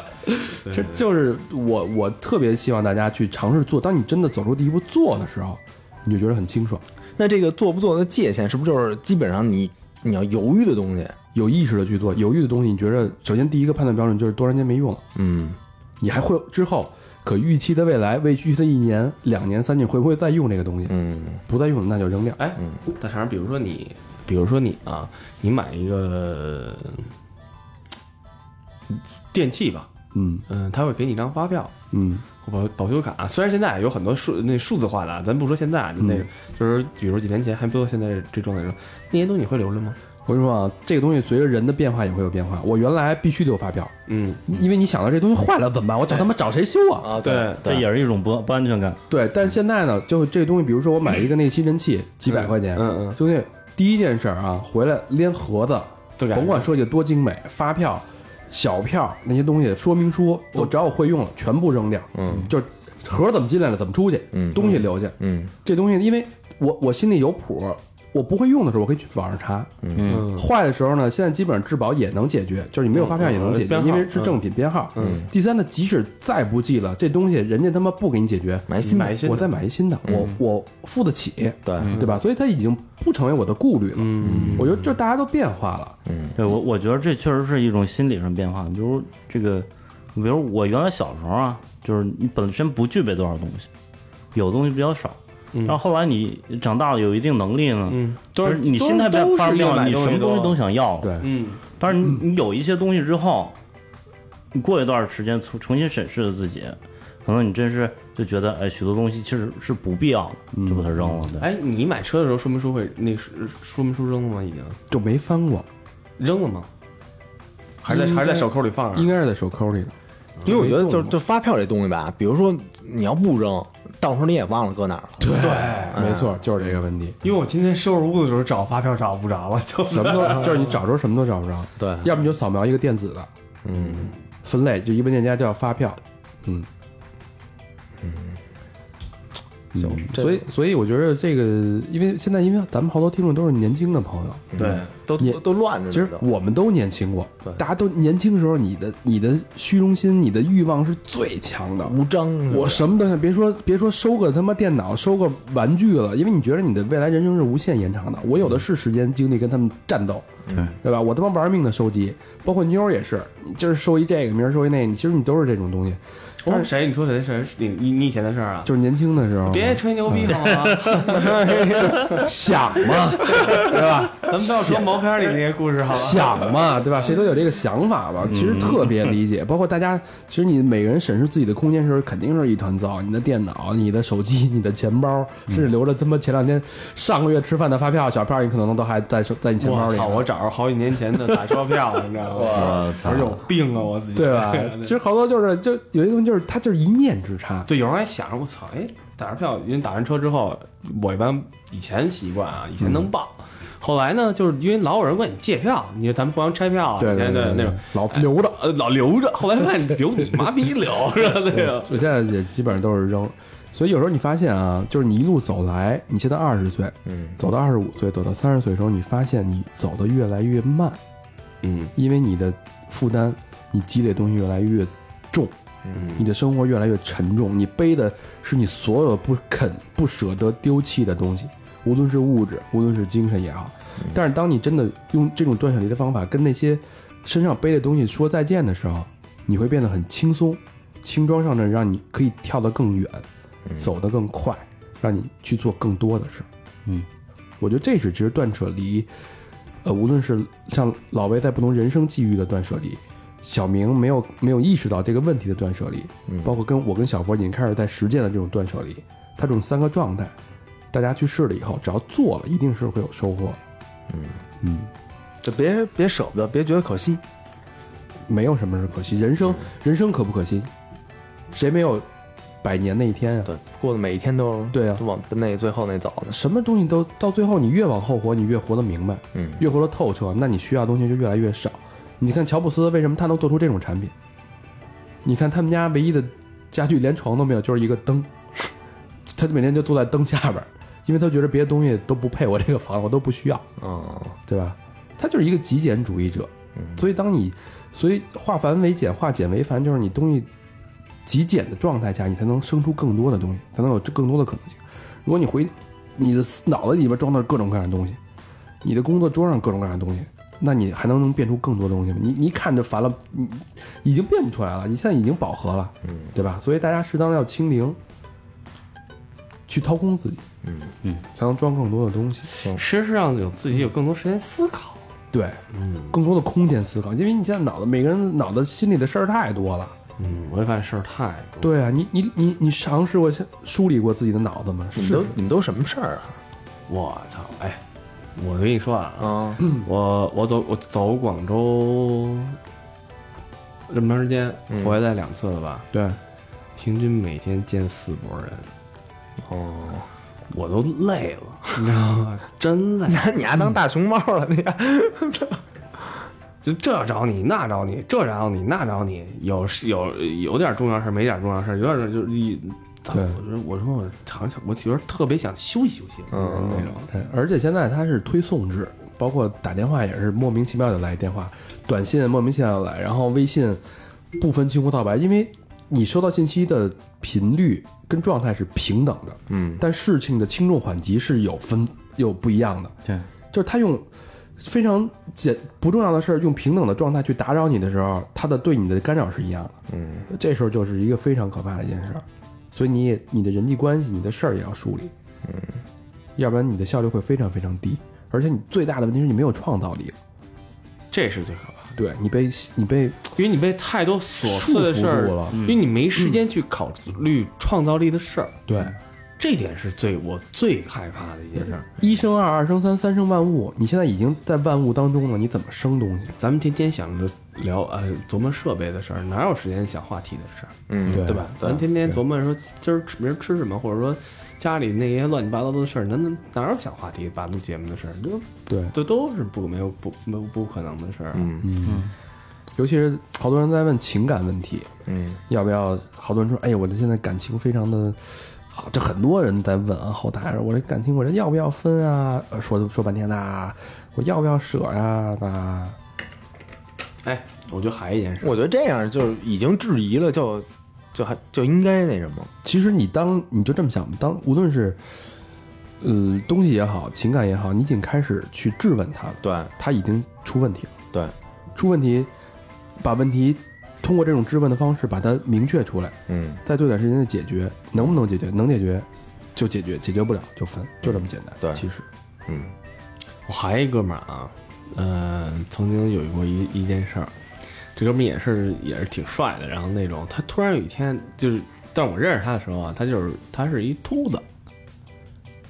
Speaker 2: 其实就是我，我特别希望大家去尝试做。当你真的走出第一步做的时候，你就觉得很清爽。
Speaker 4: 那这个做不做的界限是不是就是基本上你你要犹豫的东西？
Speaker 2: 有意识的去做，有意的东西，你觉着首先第一个判断标准就是多长时间没用了，
Speaker 4: 嗯
Speaker 2: 你还会之后可预期的未来，未预期的一年、两年、三年会不会再用这个东西？
Speaker 4: 嗯
Speaker 2: 不再用了那就扔掉。
Speaker 5: 哎，大肠，比如说你，比如说你啊，你买一个呃电器吧，
Speaker 2: 嗯
Speaker 5: 嗯，他会给你一张发票，
Speaker 2: 嗯
Speaker 5: 保保修卡、虽然现在有很多数那数字化的啊，咱不说现在啊，就那个、就是比如几年前，还不说现在这状态中，那些东西你会留着吗？
Speaker 2: 我跟你说啊，这个东西随着人的变化也会有变化。我原来必须得有发票，
Speaker 5: 嗯，
Speaker 2: 因为你想到这东西坏了怎么办？我找他妈找谁修啊？
Speaker 4: 啊，
Speaker 5: 对，
Speaker 3: 这也是一种不不安全感。
Speaker 2: 对，但现在呢，就这个东西，比如说我买一个那个吸尘器，几百块钱，
Speaker 5: 嗯嗯
Speaker 2: 兄弟，第一件事儿啊，回来连盒子，
Speaker 5: 都改了
Speaker 2: 甭管设计得多精美，发票、小票那些东西，说明书，我只要我会用了，全部扔掉。
Speaker 4: 嗯，
Speaker 2: 就是盒儿怎么进来了，怎么出去，
Speaker 4: 嗯
Speaker 2: 东西留下。
Speaker 4: 嗯
Speaker 2: 这东西，因为我我心里有谱，我不会用的时候，我可以去网上查。
Speaker 3: 嗯，
Speaker 2: 坏的时候呢，现在基本上质保也能解决，就是你没有发票也能解决，
Speaker 5: 嗯嗯
Speaker 2: 因为是正品编号。
Speaker 5: 嗯，
Speaker 2: 第三呢，即使再不济了，这东西人家他妈不给你解决，
Speaker 4: 买新的
Speaker 5: 买一些
Speaker 2: 我再买一新的，我我付得起，
Speaker 4: 对，
Speaker 2: 对吧？所以它已经不成为我的顾虑了。嗯，我觉得就大家都变化了。
Speaker 3: 对我我觉得这确实是一种心理上变化。比如这个，比如我原来小时候啊，就是你本身不具备多少东西，有东西比较少。然后后来你长大了有一定能力呢，
Speaker 5: 嗯，
Speaker 3: 就
Speaker 5: 都
Speaker 3: 是
Speaker 5: 是
Speaker 3: 你心态变
Speaker 5: 都
Speaker 3: 发
Speaker 5: 是
Speaker 3: 生变
Speaker 5: 要
Speaker 3: 化，
Speaker 5: 买
Speaker 3: 你什么东西都
Speaker 5: 多，
Speaker 3: 想要了。
Speaker 2: 对，
Speaker 5: 嗯，
Speaker 3: 但是你你有一些东西之后，你过一段时间重重新审视了自己，可能你真是就觉得，哎，许多东西其实是不必要的，就把它扔了。对，
Speaker 5: 哎，你买车的时候说明书会那是说明书扔了吗？已经
Speaker 2: 就没翻过，
Speaker 5: 扔了吗？还是在还是在手扣里放着
Speaker 2: 应？该是在手抠里的。
Speaker 4: 因为我觉得
Speaker 2: 没
Speaker 4: 就
Speaker 2: 用过
Speaker 4: 就发票这东西吧，比如说你要不扔，到时候你也忘了搁哪儿了。对，
Speaker 2: 哎没错，就是这个问题。
Speaker 5: 因为我今天收拾屋子的时候找发票找不着了，就
Speaker 2: 什么都 就是你找着什么都找不着，
Speaker 4: 对
Speaker 2: 要么你就扫描一个电子的，
Speaker 4: 嗯，
Speaker 2: 分类就一文件夹叫发票，嗯，嗯，所以所以我觉得这个，因为现在因为咱们好多听众都是年轻的朋友，
Speaker 5: 对，
Speaker 4: 都
Speaker 2: 你
Speaker 4: 都都乱着
Speaker 2: 其
Speaker 4: 呢
Speaker 2: 实
Speaker 4: 都。
Speaker 2: 我们都年轻过，大家都年轻的时候，你的你的虚荣心、你的欲望是最强的，
Speaker 4: 无章是吧，
Speaker 2: 我什么都想，别说别说收个他妈电脑，收个玩具了，因为你觉得你的未来人生是无限延长的。我有的是时间精力跟他们战斗，对对吧？我他妈玩命的收集，包括妞儿也是，你今儿收一这个，明儿收一那个，你其实你都是这种东西。
Speaker 5: 我是谁？你说谁谁？你你你以前的事儿啊？
Speaker 2: 就是年轻的时候，
Speaker 5: 别吹牛逼好吗？
Speaker 2: 想嘛，对吧？
Speaker 5: 咱们不要说毛片里那些故事好吧？
Speaker 2: 想嘛，对吧？谁都有这个想法
Speaker 5: 嗯
Speaker 2: 吧？其实特别理 解，包括大家，其实你每个人审视自己的空间时候，肯定是一团糟。你的电脑、你的手机、你的钱包，
Speaker 5: 嗯
Speaker 2: 甚至留着他妈前两天上个月吃饭的发票、小票，你可能都还在手在你钱包
Speaker 5: 我
Speaker 2: 里呢。
Speaker 5: 操！我找着好几年前的打车票了，你 知道吗？
Speaker 3: 我
Speaker 5: 我
Speaker 3: 操
Speaker 5: 说有病啊，我自己？
Speaker 2: 对吧 其实好多就是就有一个东西，就是它就是一念之差。
Speaker 5: 对，有时候还想着我操，哎，打着票，因为打完车之后，我一般以前习惯啊，以前能报，
Speaker 2: 嗯
Speaker 5: 后来呢，就是因为老有人管你借票，你说咱们互相拆票啊，
Speaker 2: 对
Speaker 5: 对
Speaker 2: 对
Speaker 5: 那种，，
Speaker 2: 老留着。
Speaker 5: 呃，老留着，后来发现留你妈逼留着，
Speaker 2: 嗯
Speaker 5: 对吧？
Speaker 2: 我现在也基本上都是扔，所以有时候你发现啊，就是你一路走来，你现在二十岁，
Speaker 4: 嗯，
Speaker 2: 走到二十五岁，走到三十岁的时候，你发现你走得越来越慢，
Speaker 5: 嗯
Speaker 2: 因为你的负担，你积累的东西越来越重，你
Speaker 5: 嗯
Speaker 2: 的生活越来越沉重，你背的是你所有不肯、不舍得丢弃的东西，无论是物质，无论是精神也好。但是当你真的用这种断舍离的方法跟那些身上背的东西说再见的时候，你会变得很轻松，轻装上阵，让你可以跳得更远，走得更快，让你去做更多的事。
Speaker 3: 嗯，
Speaker 2: 我觉得这是其实断舍离，呃，无论是像老魏在不同人生际遇的断舍离，小明没有没有意识到这个问题的断舍离，包括跟我跟小佛已经开始在实践的这种断舍离，它这种三个状态，大家去试了以后，只要做了，一定是会有收获。嗯
Speaker 4: 就别别舍不得，别觉得可惜。
Speaker 2: 没有什么是可惜，人生人生可不可惜？谁没有百年那一天啊？
Speaker 4: 对，过的每一天都
Speaker 2: 对啊
Speaker 4: 都往那最后那走的。
Speaker 2: 什么东西都到最后，你越往后活，你越活得明白，
Speaker 4: 嗯
Speaker 2: 越活得透彻，那你需要的东西就越来越少。你看乔布斯为什么他能做出这种产品？你看他们家唯一的家具连床都没有，就是一个灯， 他每天就坐在灯下边儿，因为他觉得别的东西都不配我这个房子，我都不需要。
Speaker 4: 哦，
Speaker 2: 对吧？他就是一个极简主义者，所以当你所以化繁为简，化简为繁，就是你东西极简的状态下，你才能生出更多的东西，才能有更多的可能性。如果你回你的思脑子里边装的是各种各样的东西，你的工作桌上各种各样的东西，那你还能能变出更多的东西吗？你你一看就烦了，你已经变不出来了，你现在已经饱和了，对吧？所以大家适当的要清零，去掏空自己，
Speaker 4: 嗯
Speaker 3: 嗯，
Speaker 2: 才能装更多的东西。
Speaker 5: 事实上有自己有更多时间思考，
Speaker 2: 对，
Speaker 5: 嗯
Speaker 2: 更多的空间思考，因为你现在脑子每个人脑子心里的事儿太多了。
Speaker 5: 嗯，我也发现事儿太多，，
Speaker 2: 对啊，你你你你尝试过梳理过自己的脑子吗？
Speaker 4: 你
Speaker 2: 是
Speaker 4: 们都你们都什么事儿
Speaker 5: 我操，哎，我跟你说啊
Speaker 4: 啊？，啊，
Speaker 5: 我我走我走广州这么长时间，
Speaker 4: 嗯
Speaker 5: 回来两次了吧，
Speaker 2: 对，
Speaker 5: 平均每天见四波人，
Speaker 4: 哦，
Speaker 5: 我都累了，你知道吗？ 真累，
Speaker 4: 那你还当大熊猫了？你
Speaker 5: 就这找你那找你，这找你那找你，有事有有点重要事儿没点重要事儿，有点儿就是一，操
Speaker 2: 对
Speaker 5: 我说我说我尝尝，我其实特别想休息休息，
Speaker 4: 嗯
Speaker 5: 那种。
Speaker 2: 对而且现在它是推送制，包括打电话也是莫名其妙就来电话，短信莫名其妙地来，然后微信不分青红皂白，因为你收到信息的频率跟状态是平等的，
Speaker 4: 嗯，
Speaker 2: 但事情的轻重缓急是有分有不一样的。
Speaker 3: 对，
Speaker 2: 就是他用非常简不重要的事儿，用平等的状态去打扰你的时候，他的对你的干扰是一样的。
Speaker 4: 嗯，
Speaker 2: 这时候就是一个非常可怕的一件事儿，所以你也你的人际关系、你的事儿也要梳理，嗯，要不然你的效率会非常非常低，而且你最大的问题是你没有创造力了，
Speaker 5: 这是最可怕的，
Speaker 2: 对你被你被
Speaker 5: 因为你被太多琐
Speaker 2: 束
Speaker 5: 碎的
Speaker 2: 缚
Speaker 5: 事儿嗯
Speaker 2: 住，了，
Speaker 5: 因为你没时间去考虑创造力的事儿，
Speaker 2: 对，
Speaker 5: 这点是最我最害怕的一件事儿。
Speaker 2: 一生二，二生三，三生万物，你现在已经在万物当中了，你怎么生东西？
Speaker 5: 咱们天天想着聊呃琢磨设备的事儿，哪有时间想话题的事儿，
Speaker 4: 嗯
Speaker 2: 对
Speaker 5: 对吧？
Speaker 4: 对
Speaker 5: 咱天天琢磨说今儿吃明儿吃什么，或者说家里那些乱七八糟的事儿，咱哪有想话题把录节目的事儿？这
Speaker 2: 对，
Speaker 5: 这都是不没有不没有不可能的事儿。啊
Speaker 4: 嗯
Speaker 2: 嗯，尤其是好多人在问情感问题，
Speaker 4: 嗯
Speaker 2: 要不要？好多人说，哎呀，我这现在感情非常的好，这很多人在问啊，后台我这感情，我这要不要分啊？呃说说半天呐、我要不要舍呀、那、
Speaker 5: 哎，我觉得还有一件事，
Speaker 4: 我觉得这样就已经质疑了，就就还就应该那什么，
Speaker 2: 其实你当你就这么想吧，当无论是呃东西也好，情感也好，你已经开始去质问他了，
Speaker 4: 对
Speaker 2: 他已经出问题了，
Speaker 4: 对，
Speaker 2: 出问题，把问题通过这种质问的方式把它明确出来。
Speaker 4: 嗯
Speaker 2: 再对点时间的解决，能不能解决？能解决就解决，解决不了就分，就这么简单。
Speaker 4: 对
Speaker 2: 其实
Speaker 4: 嗯，
Speaker 5: 我还一哥们儿啊，呃，曾经有过一一件事儿，这哥们儿也是也是挺帅的，然后那种他突然有一天就是，但我认识他的时候啊，他就是他是一秃子，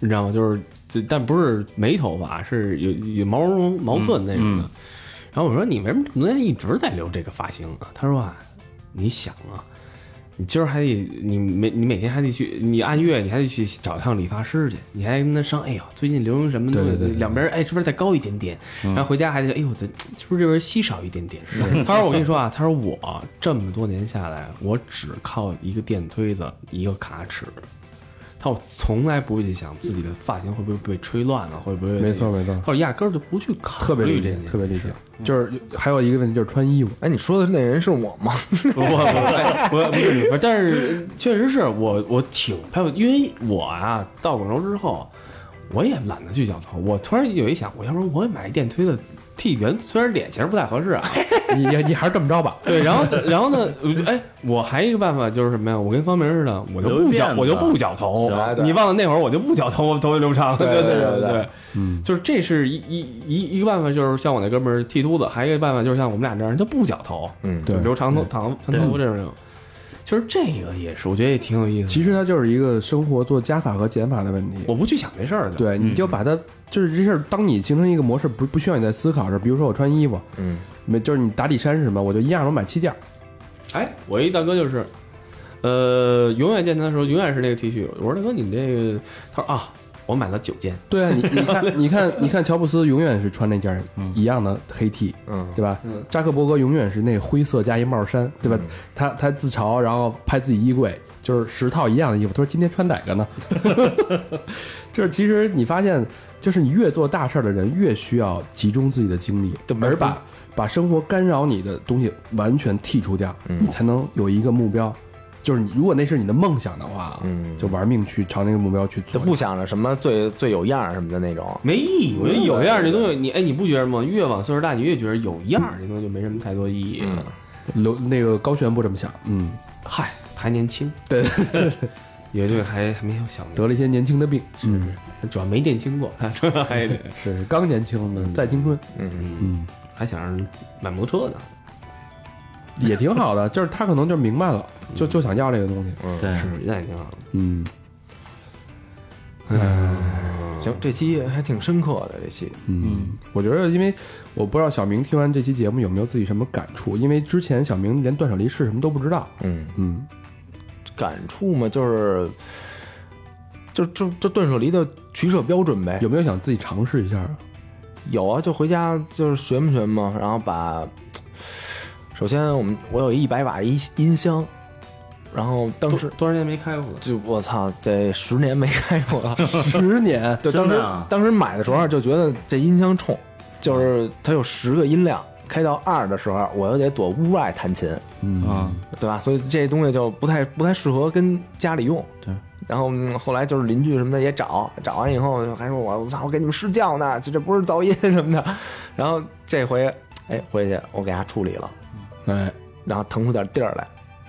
Speaker 5: 你知道吗？就是这但不是没头发，是有有毛茸毛
Speaker 2: 嗯
Speaker 5: 寸那种的。然后我说你为什么昨天一直在留这个发型啊？他说啊，你想啊，你今儿还得你每你每天还得去，你按月你还得去找趟理发师去，你还跟他商，哎呀，最近流行什么东西？
Speaker 2: 对对嗯对对
Speaker 5: 两边哎是不是再高一点点？然后回家还得哎呦，这是不是这边稀少一点点？他说我跟你说啊，他说我这么多年下来，我只靠一个电推子，一个卡尺。他说我从来不会去想自己的发型会不会被吹乱了，会不会
Speaker 2: 没错没错
Speaker 5: 他说压根儿就不去考虑
Speaker 2: 特别理
Speaker 5: 这
Speaker 2: 解
Speaker 5: 件，事
Speaker 2: 特别理解。就是还有一个问题就是穿衣服，
Speaker 4: 哎，你说的那人是我吗？
Speaker 5: 不不不不不是你们，但是确实是我我挺佩服，因为我啊到广州之后，我也懒得去剪头，我突然有一想，我要不然我也买一电推的剃圆，虽然脸型不太合适啊，
Speaker 2: 你你你还是这么着吧。
Speaker 5: 对，然后然后呢，我就哎，我还有一个办法就是什么呀？我跟方明似的，我就
Speaker 3: 留
Speaker 5: 不
Speaker 3: 辫
Speaker 5: 绞，
Speaker 3: 子
Speaker 5: 我就不绞头
Speaker 4: 行哎。对
Speaker 5: 你忘了那会儿我就不绞头，我头发留长了。
Speaker 4: 对对
Speaker 5: 对
Speaker 4: 对
Speaker 5: 对
Speaker 4: 对
Speaker 5: 嗯，就是这是一一一一个办法，就是像我那哥们儿剃秃子，还有一个办法就是像我们俩这样，他不绞头，
Speaker 4: 嗯，
Speaker 2: 对
Speaker 5: 就留长头、长长头发这种。其实这个也是，我觉得也挺有意思的。
Speaker 2: 其实它就是一个生活做加法和减法的问题。
Speaker 5: 我不去想这事儿的，
Speaker 2: 对，你就把它就是这事儿，当你形成一个模式，不不需要你在思考着。比如说我穿衣服，
Speaker 4: 嗯，
Speaker 2: 没就是你打底衫是什么，我就一样能买七件儿。
Speaker 5: 哎，我一大哥就是，呃，永远见他的时候永远是那个 T 恤。我说大哥，你这个，他说啊，我买了九件。
Speaker 2: 对啊，你你 看你看你看，乔布斯永远是穿那件一样的黑 T，
Speaker 4: 嗯嗯
Speaker 2: 对吧？扎克伯格永远是那灰色加一帽衫，对吧？他他自嘲，然后拍自己衣柜，就是十套一样的衣服。他说今天穿哪个呢？ 就是其实你发现，就是你越做大事儿的人，越需要集中自己的精力，而把把生活干扰你的东西完全剔除掉，
Speaker 4: 嗯
Speaker 2: 你才能有一个目标。就是你，如果那是你的梦想的话，啊
Speaker 4: 嗯
Speaker 2: 就玩命去朝那个目标去
Speaker 4: 就
Speaker 2: 做。
Speaker 4: 不想着什么最最有样儿什么的那种。
Speaker 5: 没
Speaker 2: 哎
Speaker 5: 意义。我觉得有样儿这东西，你哎，你不觉得吗？越往岁数大，你越觉得有样儿这东西就没什么太多意义
Speaker 2: 嗯
Speaker 5: 了。
Speaker 2: 刘那个高璇不这么想，嗯，
Speaker 5: 嗨，还年轻，
Speaker 2: 对，
Speaker 5: 也就还还没有
Speaker 4: 嗯
Speaker 5: 想
Speaker 2: 得了一些年轻的病，嗯，
Speaker 5: 明，主要没年轻过， 主要还得
Speaker 2: 是刚年轻的再青春，
Speaker 4: 嗯，
Speaker 2: 嗯，
Speaker 5: 还想让人买摩托车呢。
Speaker 2: 也挺好的。就是他可能就明白了，就就想要这个东西，
Speaker 4: 嗯
Speaker 3: 对，
Speaker 5: 是，那也挺好的。
Speaker 2: 嗯，
Speaker 4: 行，这期还挺深刻的，这期
Speaker 2: 嗯，我觉得，因为我不知道小明听完这期节目有没有自己什么感触，因为之前小明连断舍离是什么都不知道。
Speaker 4: 嗯，
Speaker 2: 嗯，
Speaker 4: 感触嘛，就是就就就断舍离的取舍标准呗。
Speaker 2: 有没有想自己尝试一下？
Speaker 4: 有啊，就回家就是学嘛学嘛，然后把首先我们我有一百瓦音音箱，然后当
Speaker 5: 多
Speaker 4: 时
Speaker 5: 多少年没开过了？
Speaker 4: 就我操，这十年没开过 了。
Speaker 2: 十年，
Speaker 4: 就当
Speaker 3: 真
Speaker 4: 时
Speaker 3: 的啊
Speaker 4: 当时买的时候就觉得这音箱冲，就是它有十个音量，开到二的时候啊我又得躲屋外弹琴，
Speaker 2: 嗯，
Speaker 3: 啊，
Speaker 4: 对吧？所以这东西就不太不太适合跟家里用。
Speaker 3: 对，
Speaker 4: 然后嗯后来就是邻居什么的也找，找完以后还说我操，我给你们试觉呢，这这不是噪音什么的。然后这回哎回去我给它处理了，
Speaker 2: 哎
Speaker 4: 然后腾出点地儿来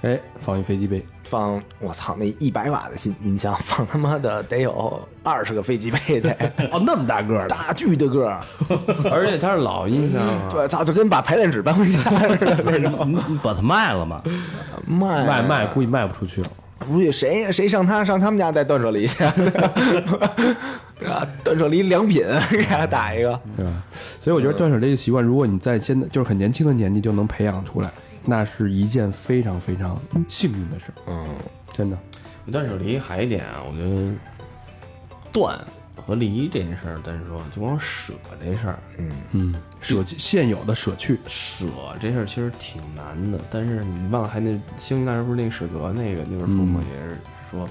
Speaker 2: 哎，放一飞机杯，
Speaker 4: 放我操那一百瓦的新音箱，放他妈的 得有二十个飞机杯得
Speaker 2: 哦，那么大个儿，
Speaker 4: 大巨的个儿，
Speaker 5: 而且它是老音箱啊，
Speaker 4: 对，操就跟把排练纸搬回家似的那 种。
Speaker 3: 你你把它卖了嘛？
Speaker 4: 卖
Speaker 2: 卖卖估计卖不出去了。
Speaker 4: 估计谁呀谁上他上他们家带断舍离 去，啊，断舍离良品 给他打一个，
Speaker 2: 对吧？所以我觉得断舍离的习惯，如果你在现在就是很年轻的年纪就能培养出来，那是一件非常非常幸运的事。嗯，真的，
Speaker 5: 断舍离还一点啊，我觉得断和离这件事儿，咱说就光舍这事儿，
Speaker 2: 嗯，舍弃现有的舍去，
Speaker 5: 舍这事儿其实挺难的，但是你忘了还那星云大师不是那个舍得那个那本书吗？也是说，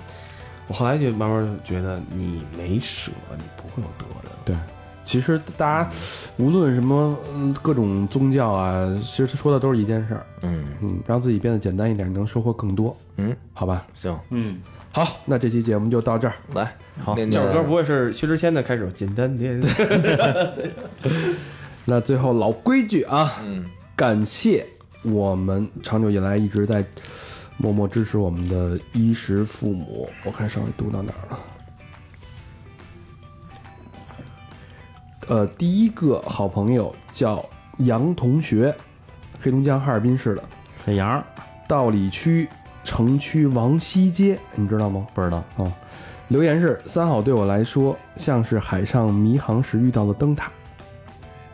Speaker 5: 我后来就慢慢觉得你没舍，你不会有得的。
Speaker 2: 对。其实大家无论什么嗯各种宗教啊，其实说的都是一件事儿，
Speaker 4: 嗯
Speaker 2: 嗯，让自己变得简单一点，能收获更多，
Speaker 4: 嗯，
Speaker 2: 好吧？
Speaker 4: 行，
Speaker 3: 嗯，
Speaker 2: 好，那这期节目就到这儿，
Speaker 4: 来，
Speaker 3: 好
Speaker 4: 念
Speaker 5: 这
Speaker 4: 念
Speaker 5: 首歌不会是薛之谦的开始，简单点。
Speaker 2: 那最后老规矩啊，嗯，感谢我们长久以来一直在默默支持我们的衣食父母。我看上回读到哪儿了？呃，第一个好朋友叫杨同学，黑龙江哈尔滨市的
Speaker 3: 这杨儿
Speaker 2: 道里区城区王西街，你知道吗？
Speaker 3: 不知道，
Speaker 2: 啊、留言是三好对我来说像是海上迷航时遇到的灯塔，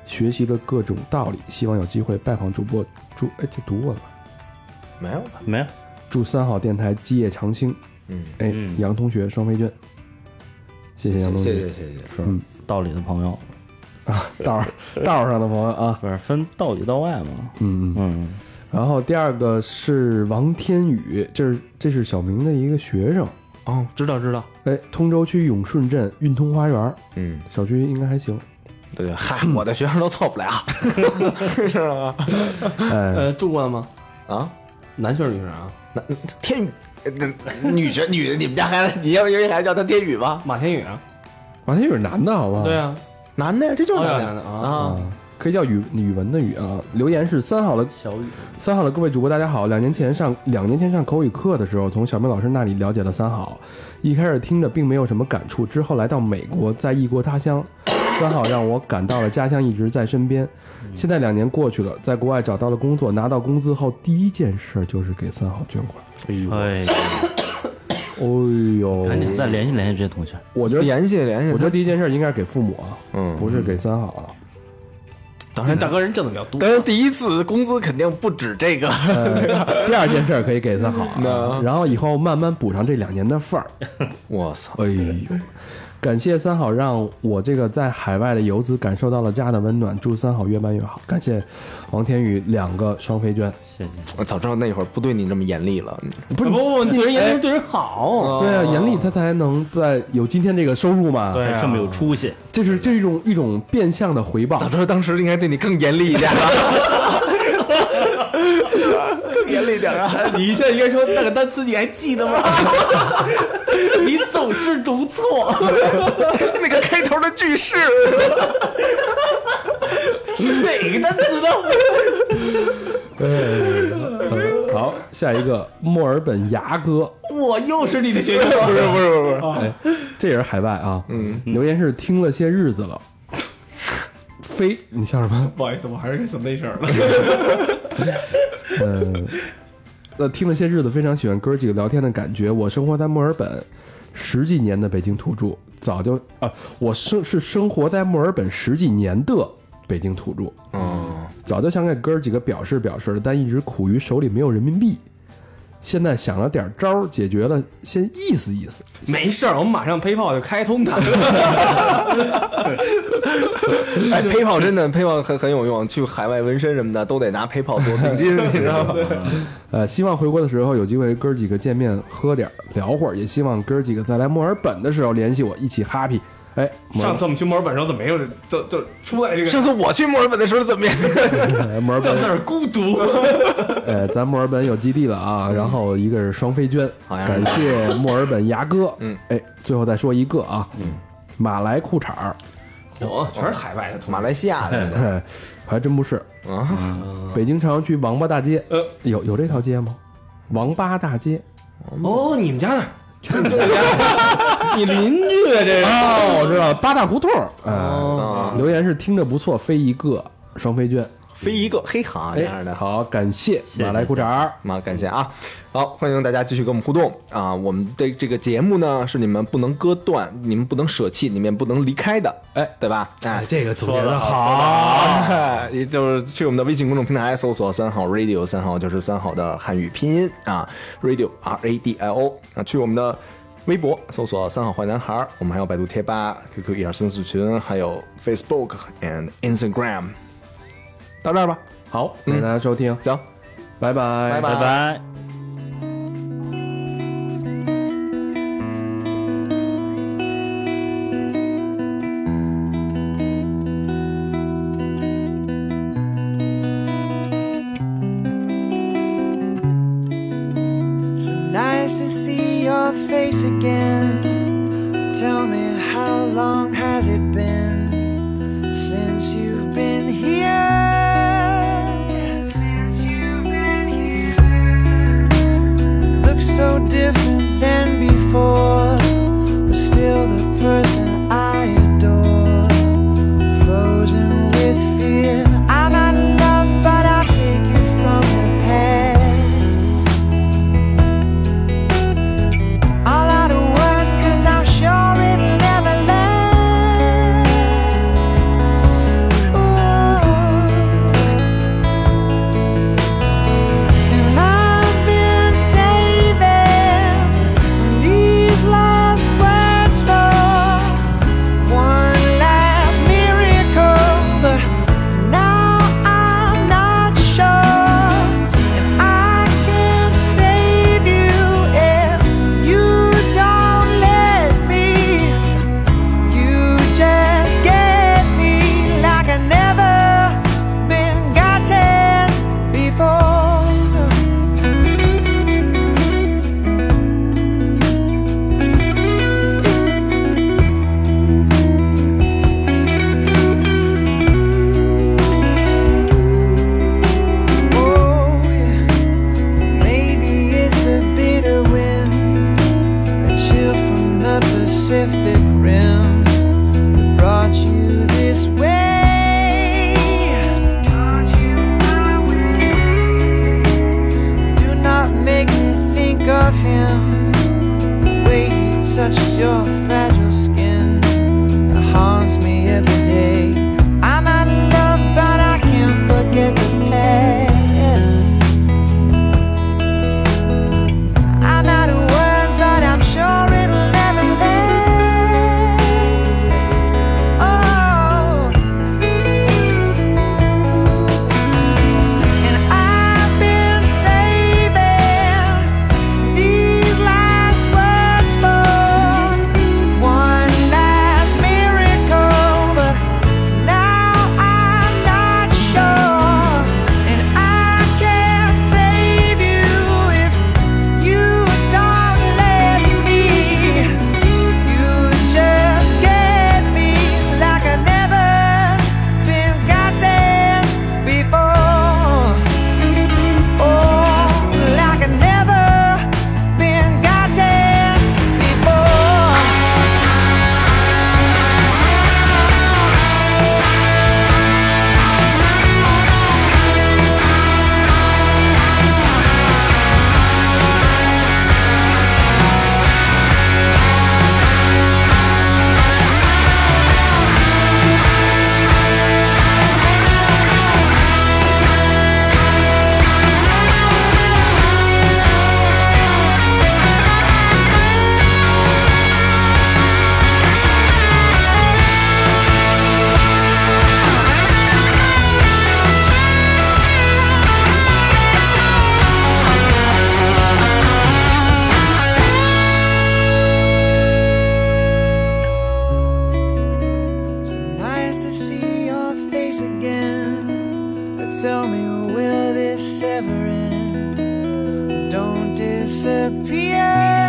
Speaker 2: 学习了各种道理，希望有机会拜访主播。祝哎，这读过了吧？
Speaker 4: 没有吧？
Speaker 3: 没有，
Speaker 2: 祝三好电台基业长青。
Speaker 4: 嗯，
Speaker 2: 哎，
Speaker 3: 嗯
Speaker 2: 杨同学双飞券，谢谢杨同
Speaker 4: 谢谢
Speaker 2: 学
Speaker 4: 谢谢谢谢，
Speaker 3: 道里的朋友
Speaker 2: 啊，道儿道儿上的朋友啊，
Speaker 3: 不是分道里道外嘛，
Speaker 2: 嗯嗯。
Speaker 3: 嗯，
Speaker 2: 然后第二个是王天宇，这是这是小明的一个学生，
Speaker 4: 哦，知道知道，
Speaker 2: 哎，通州区永顺镇运通花园
Speaker 4: 嗯，
Speaker 2: 小区应该还行，
Speaker 4: 对嗯对，嗨，我的学生都错不 了，是吗？
Speaker 2: 哎，
Speaker 5: 呃，住过了吗？
Speaker 4: 啊，
Speaker 5: 男生女生啊？
Speaker 4: 那天宇，那女学女的，你们家孩子，你要因为孩子叫他天宇吗？
Speaker 5: 马天宇啊？
Speaker 2: 王天宇是男的，好不好？
Speaker 5: 对啊，
Speaker 4: 男的呀，这就是
Speaker 5: 哦
Speaker 4: 男
Speaker 5: 男的啊
Speaker 4: 啊，
Speaker 2: 啊，可以叫语语文的语啊。留言是三好的
Speaker 3: 小雨，
Speaker 2: 三好的各位主播，大家好。两年前上两年前上口语课的时候，从小明老师那里了解了三好，一开始听着并没有什么感触，之后来到美国，在异国他乡， 三好让我感到了家乡一直在身边。现在两年过去了，在国外找到了工作，拿到工资后第一件事就是给三好捐款。
Speaker 4: 哎呦，
Speaker 3: 哎，
Speaker 2: 哎呦，
Speaker 3: 赶紧再联系联系这些同学，
Speaker 2: 我觉得
Speaker 4: 联系联系
Speaker 2: 我觉，
Speaker 4: 他
Speaker 2: 得第一件事应该是给父母啊，
Speaker 4: 嗯
Speaker 2: 不是给三好啊。
Speaker 4: 当然
Speaker 5: 大哥人挣的比较多。
Speaker 4: 当然第一次工资肯定不止这 个，
Speaker 2: 呃，第二件事可以给三好 啊，
Speaker 4: 那
Speaker 2: 然后以后慢慢补上这两年的份儿。
Speaker 4: 我操，
Speaker 2: 哎呦，感谢三好让我这个在海外的游子感受到了家的温暖，祝三好越办越好。感谢王天宇两个双飞娟。
Speaker 3: 谢谢。
Speaker 4: 我早知道那会儿不对你这么严厉了，
Speaker 5: 不是不不， 你人研究哎对人好，
Speaker 2: 对啊，严厉他才能在有今天这个收入嘛。，
Speaker 5: 对啊
Speaker 3: 这么有出息，
Speaker 2: 这是这是一种一种变相的回报
Speaker 4: 早。知道当时应该对你更严厉一点 啊，更严厉一点啊。
Speaker 5: 你现在应该说那个单词你还记 得吗？你总是读错，
Speaker 4: 那个开头的句式，
Speaker 5: 是哪个单词呢？
Speaker 2: 嗯好，下一个墨尔本牙哥，
Speaker 5: 我又是你的学生，不是不是不是，
Speaker 2: 哎，这也是海外啊。嗯，留言是听了些日子了。非你笑什么？
Speaker 5: 不好意思，我还是想那事儿了。
Speaker 2: 嗯，呃，听了些日子，非常喜欢哥几个聊天的感觉。我生活在墨尔本十几年的北京土著，早就啊，我生是生活在墨尔本十几年的北京土著，
Speaker 5: 哦
Speaker 4: 嗯，
Speaker 2: 早就想给哥几个表示表示了，但一直苦于手里没有人民币。现在想了点招儿解决了，先意思意思。
Speaker 5: 没事儿，我们马上 PayPal 就开通 它。
Speaker 4: 哎，PayPal 真的 PayPal 很很有用，去海外纹身什么的都得拿 PayPal 做定 金，你知道吗？
Speaker 2: 呃，希望回国的时候有机会哥几个见面喝点儿聊会儿，也希望哥几个再来墨尔本的时候联系我，一起 happy。哎，墨尔
Speaker 5: 上次我们去墨尔本的时候，怎么没有就就出来这个？
Speaker 4: 上次我去墨尔本的时候怎么样？
Speaker 2: 哎墨尔本
Speaker 5: 那 儿孤独，
Speaker 2: 呃，咱墨尔本有基地了啊，然后一个是双飞娟，
Speaker 4: 好呀
Speaker 2: 感谢墨尔本牙哥。
Speaker 4: 嗯，
Speaker 2: 哎，最后再说一个啊，嗯，马来裤衩儿，
Speaker 5: 我全是海外的 同
Speaker 4: 马来西亚的
Speaker 2: 哎，还真不是。
Speaker 4: 啊，
Speaker 2: 北京朝阳区王八大街，
Speaker 5: 呃
Speaker 2: 有有这条街吗？王八大街
Speaker 5: 哦，你们家那儿， 你邻居啊，这是
Speaker 2: 哦，我知道八大胡同儿。哦，留言是听着不错，飞一个双飞娟，
Speaker 4: 飞一个黑行啊这样
Speaker 2: 哎，
Speaker 4: 的。
Speaker 2: 好，感谢马来裤衩儿。
Speaker 4: 妈，感谢啊！好，欢迎大家继续跟我们互动啊！我们的这个节目呢，是你们不能割断，你们不能舍弃，你们也不能离开的，
Speaker 2: 哎，
Speaker 4: 对吧？哎
Speaker 2: 哎，，这个总结的好，
Speaker 4: 啊， 也就是去我们的微信公众平台搜索“三好 radio”，三好就是三好的汉语拼音啊，radio r a d i o 啊，去我们的微博搜索“三好坏男孩儿”，我们还有百度贴吧、QQ 一二三四群，还有 Facebook and Instagram。到这儿吧，
Speaker 2: 好，感谢大家收听，
Speaker 4: 行，
Speaker 2: 拜哎拜，
Speaker 4: 拜拜
Speaker 3: 拜拜。
Speaker 6: So nice to see your face again. Tell me, how long has it been since you've been here? Since you've been here. Look so different than before, but still the person I adore. Oh, Oh. Oh, face again. But tell me, will this ever end? Don't disappear.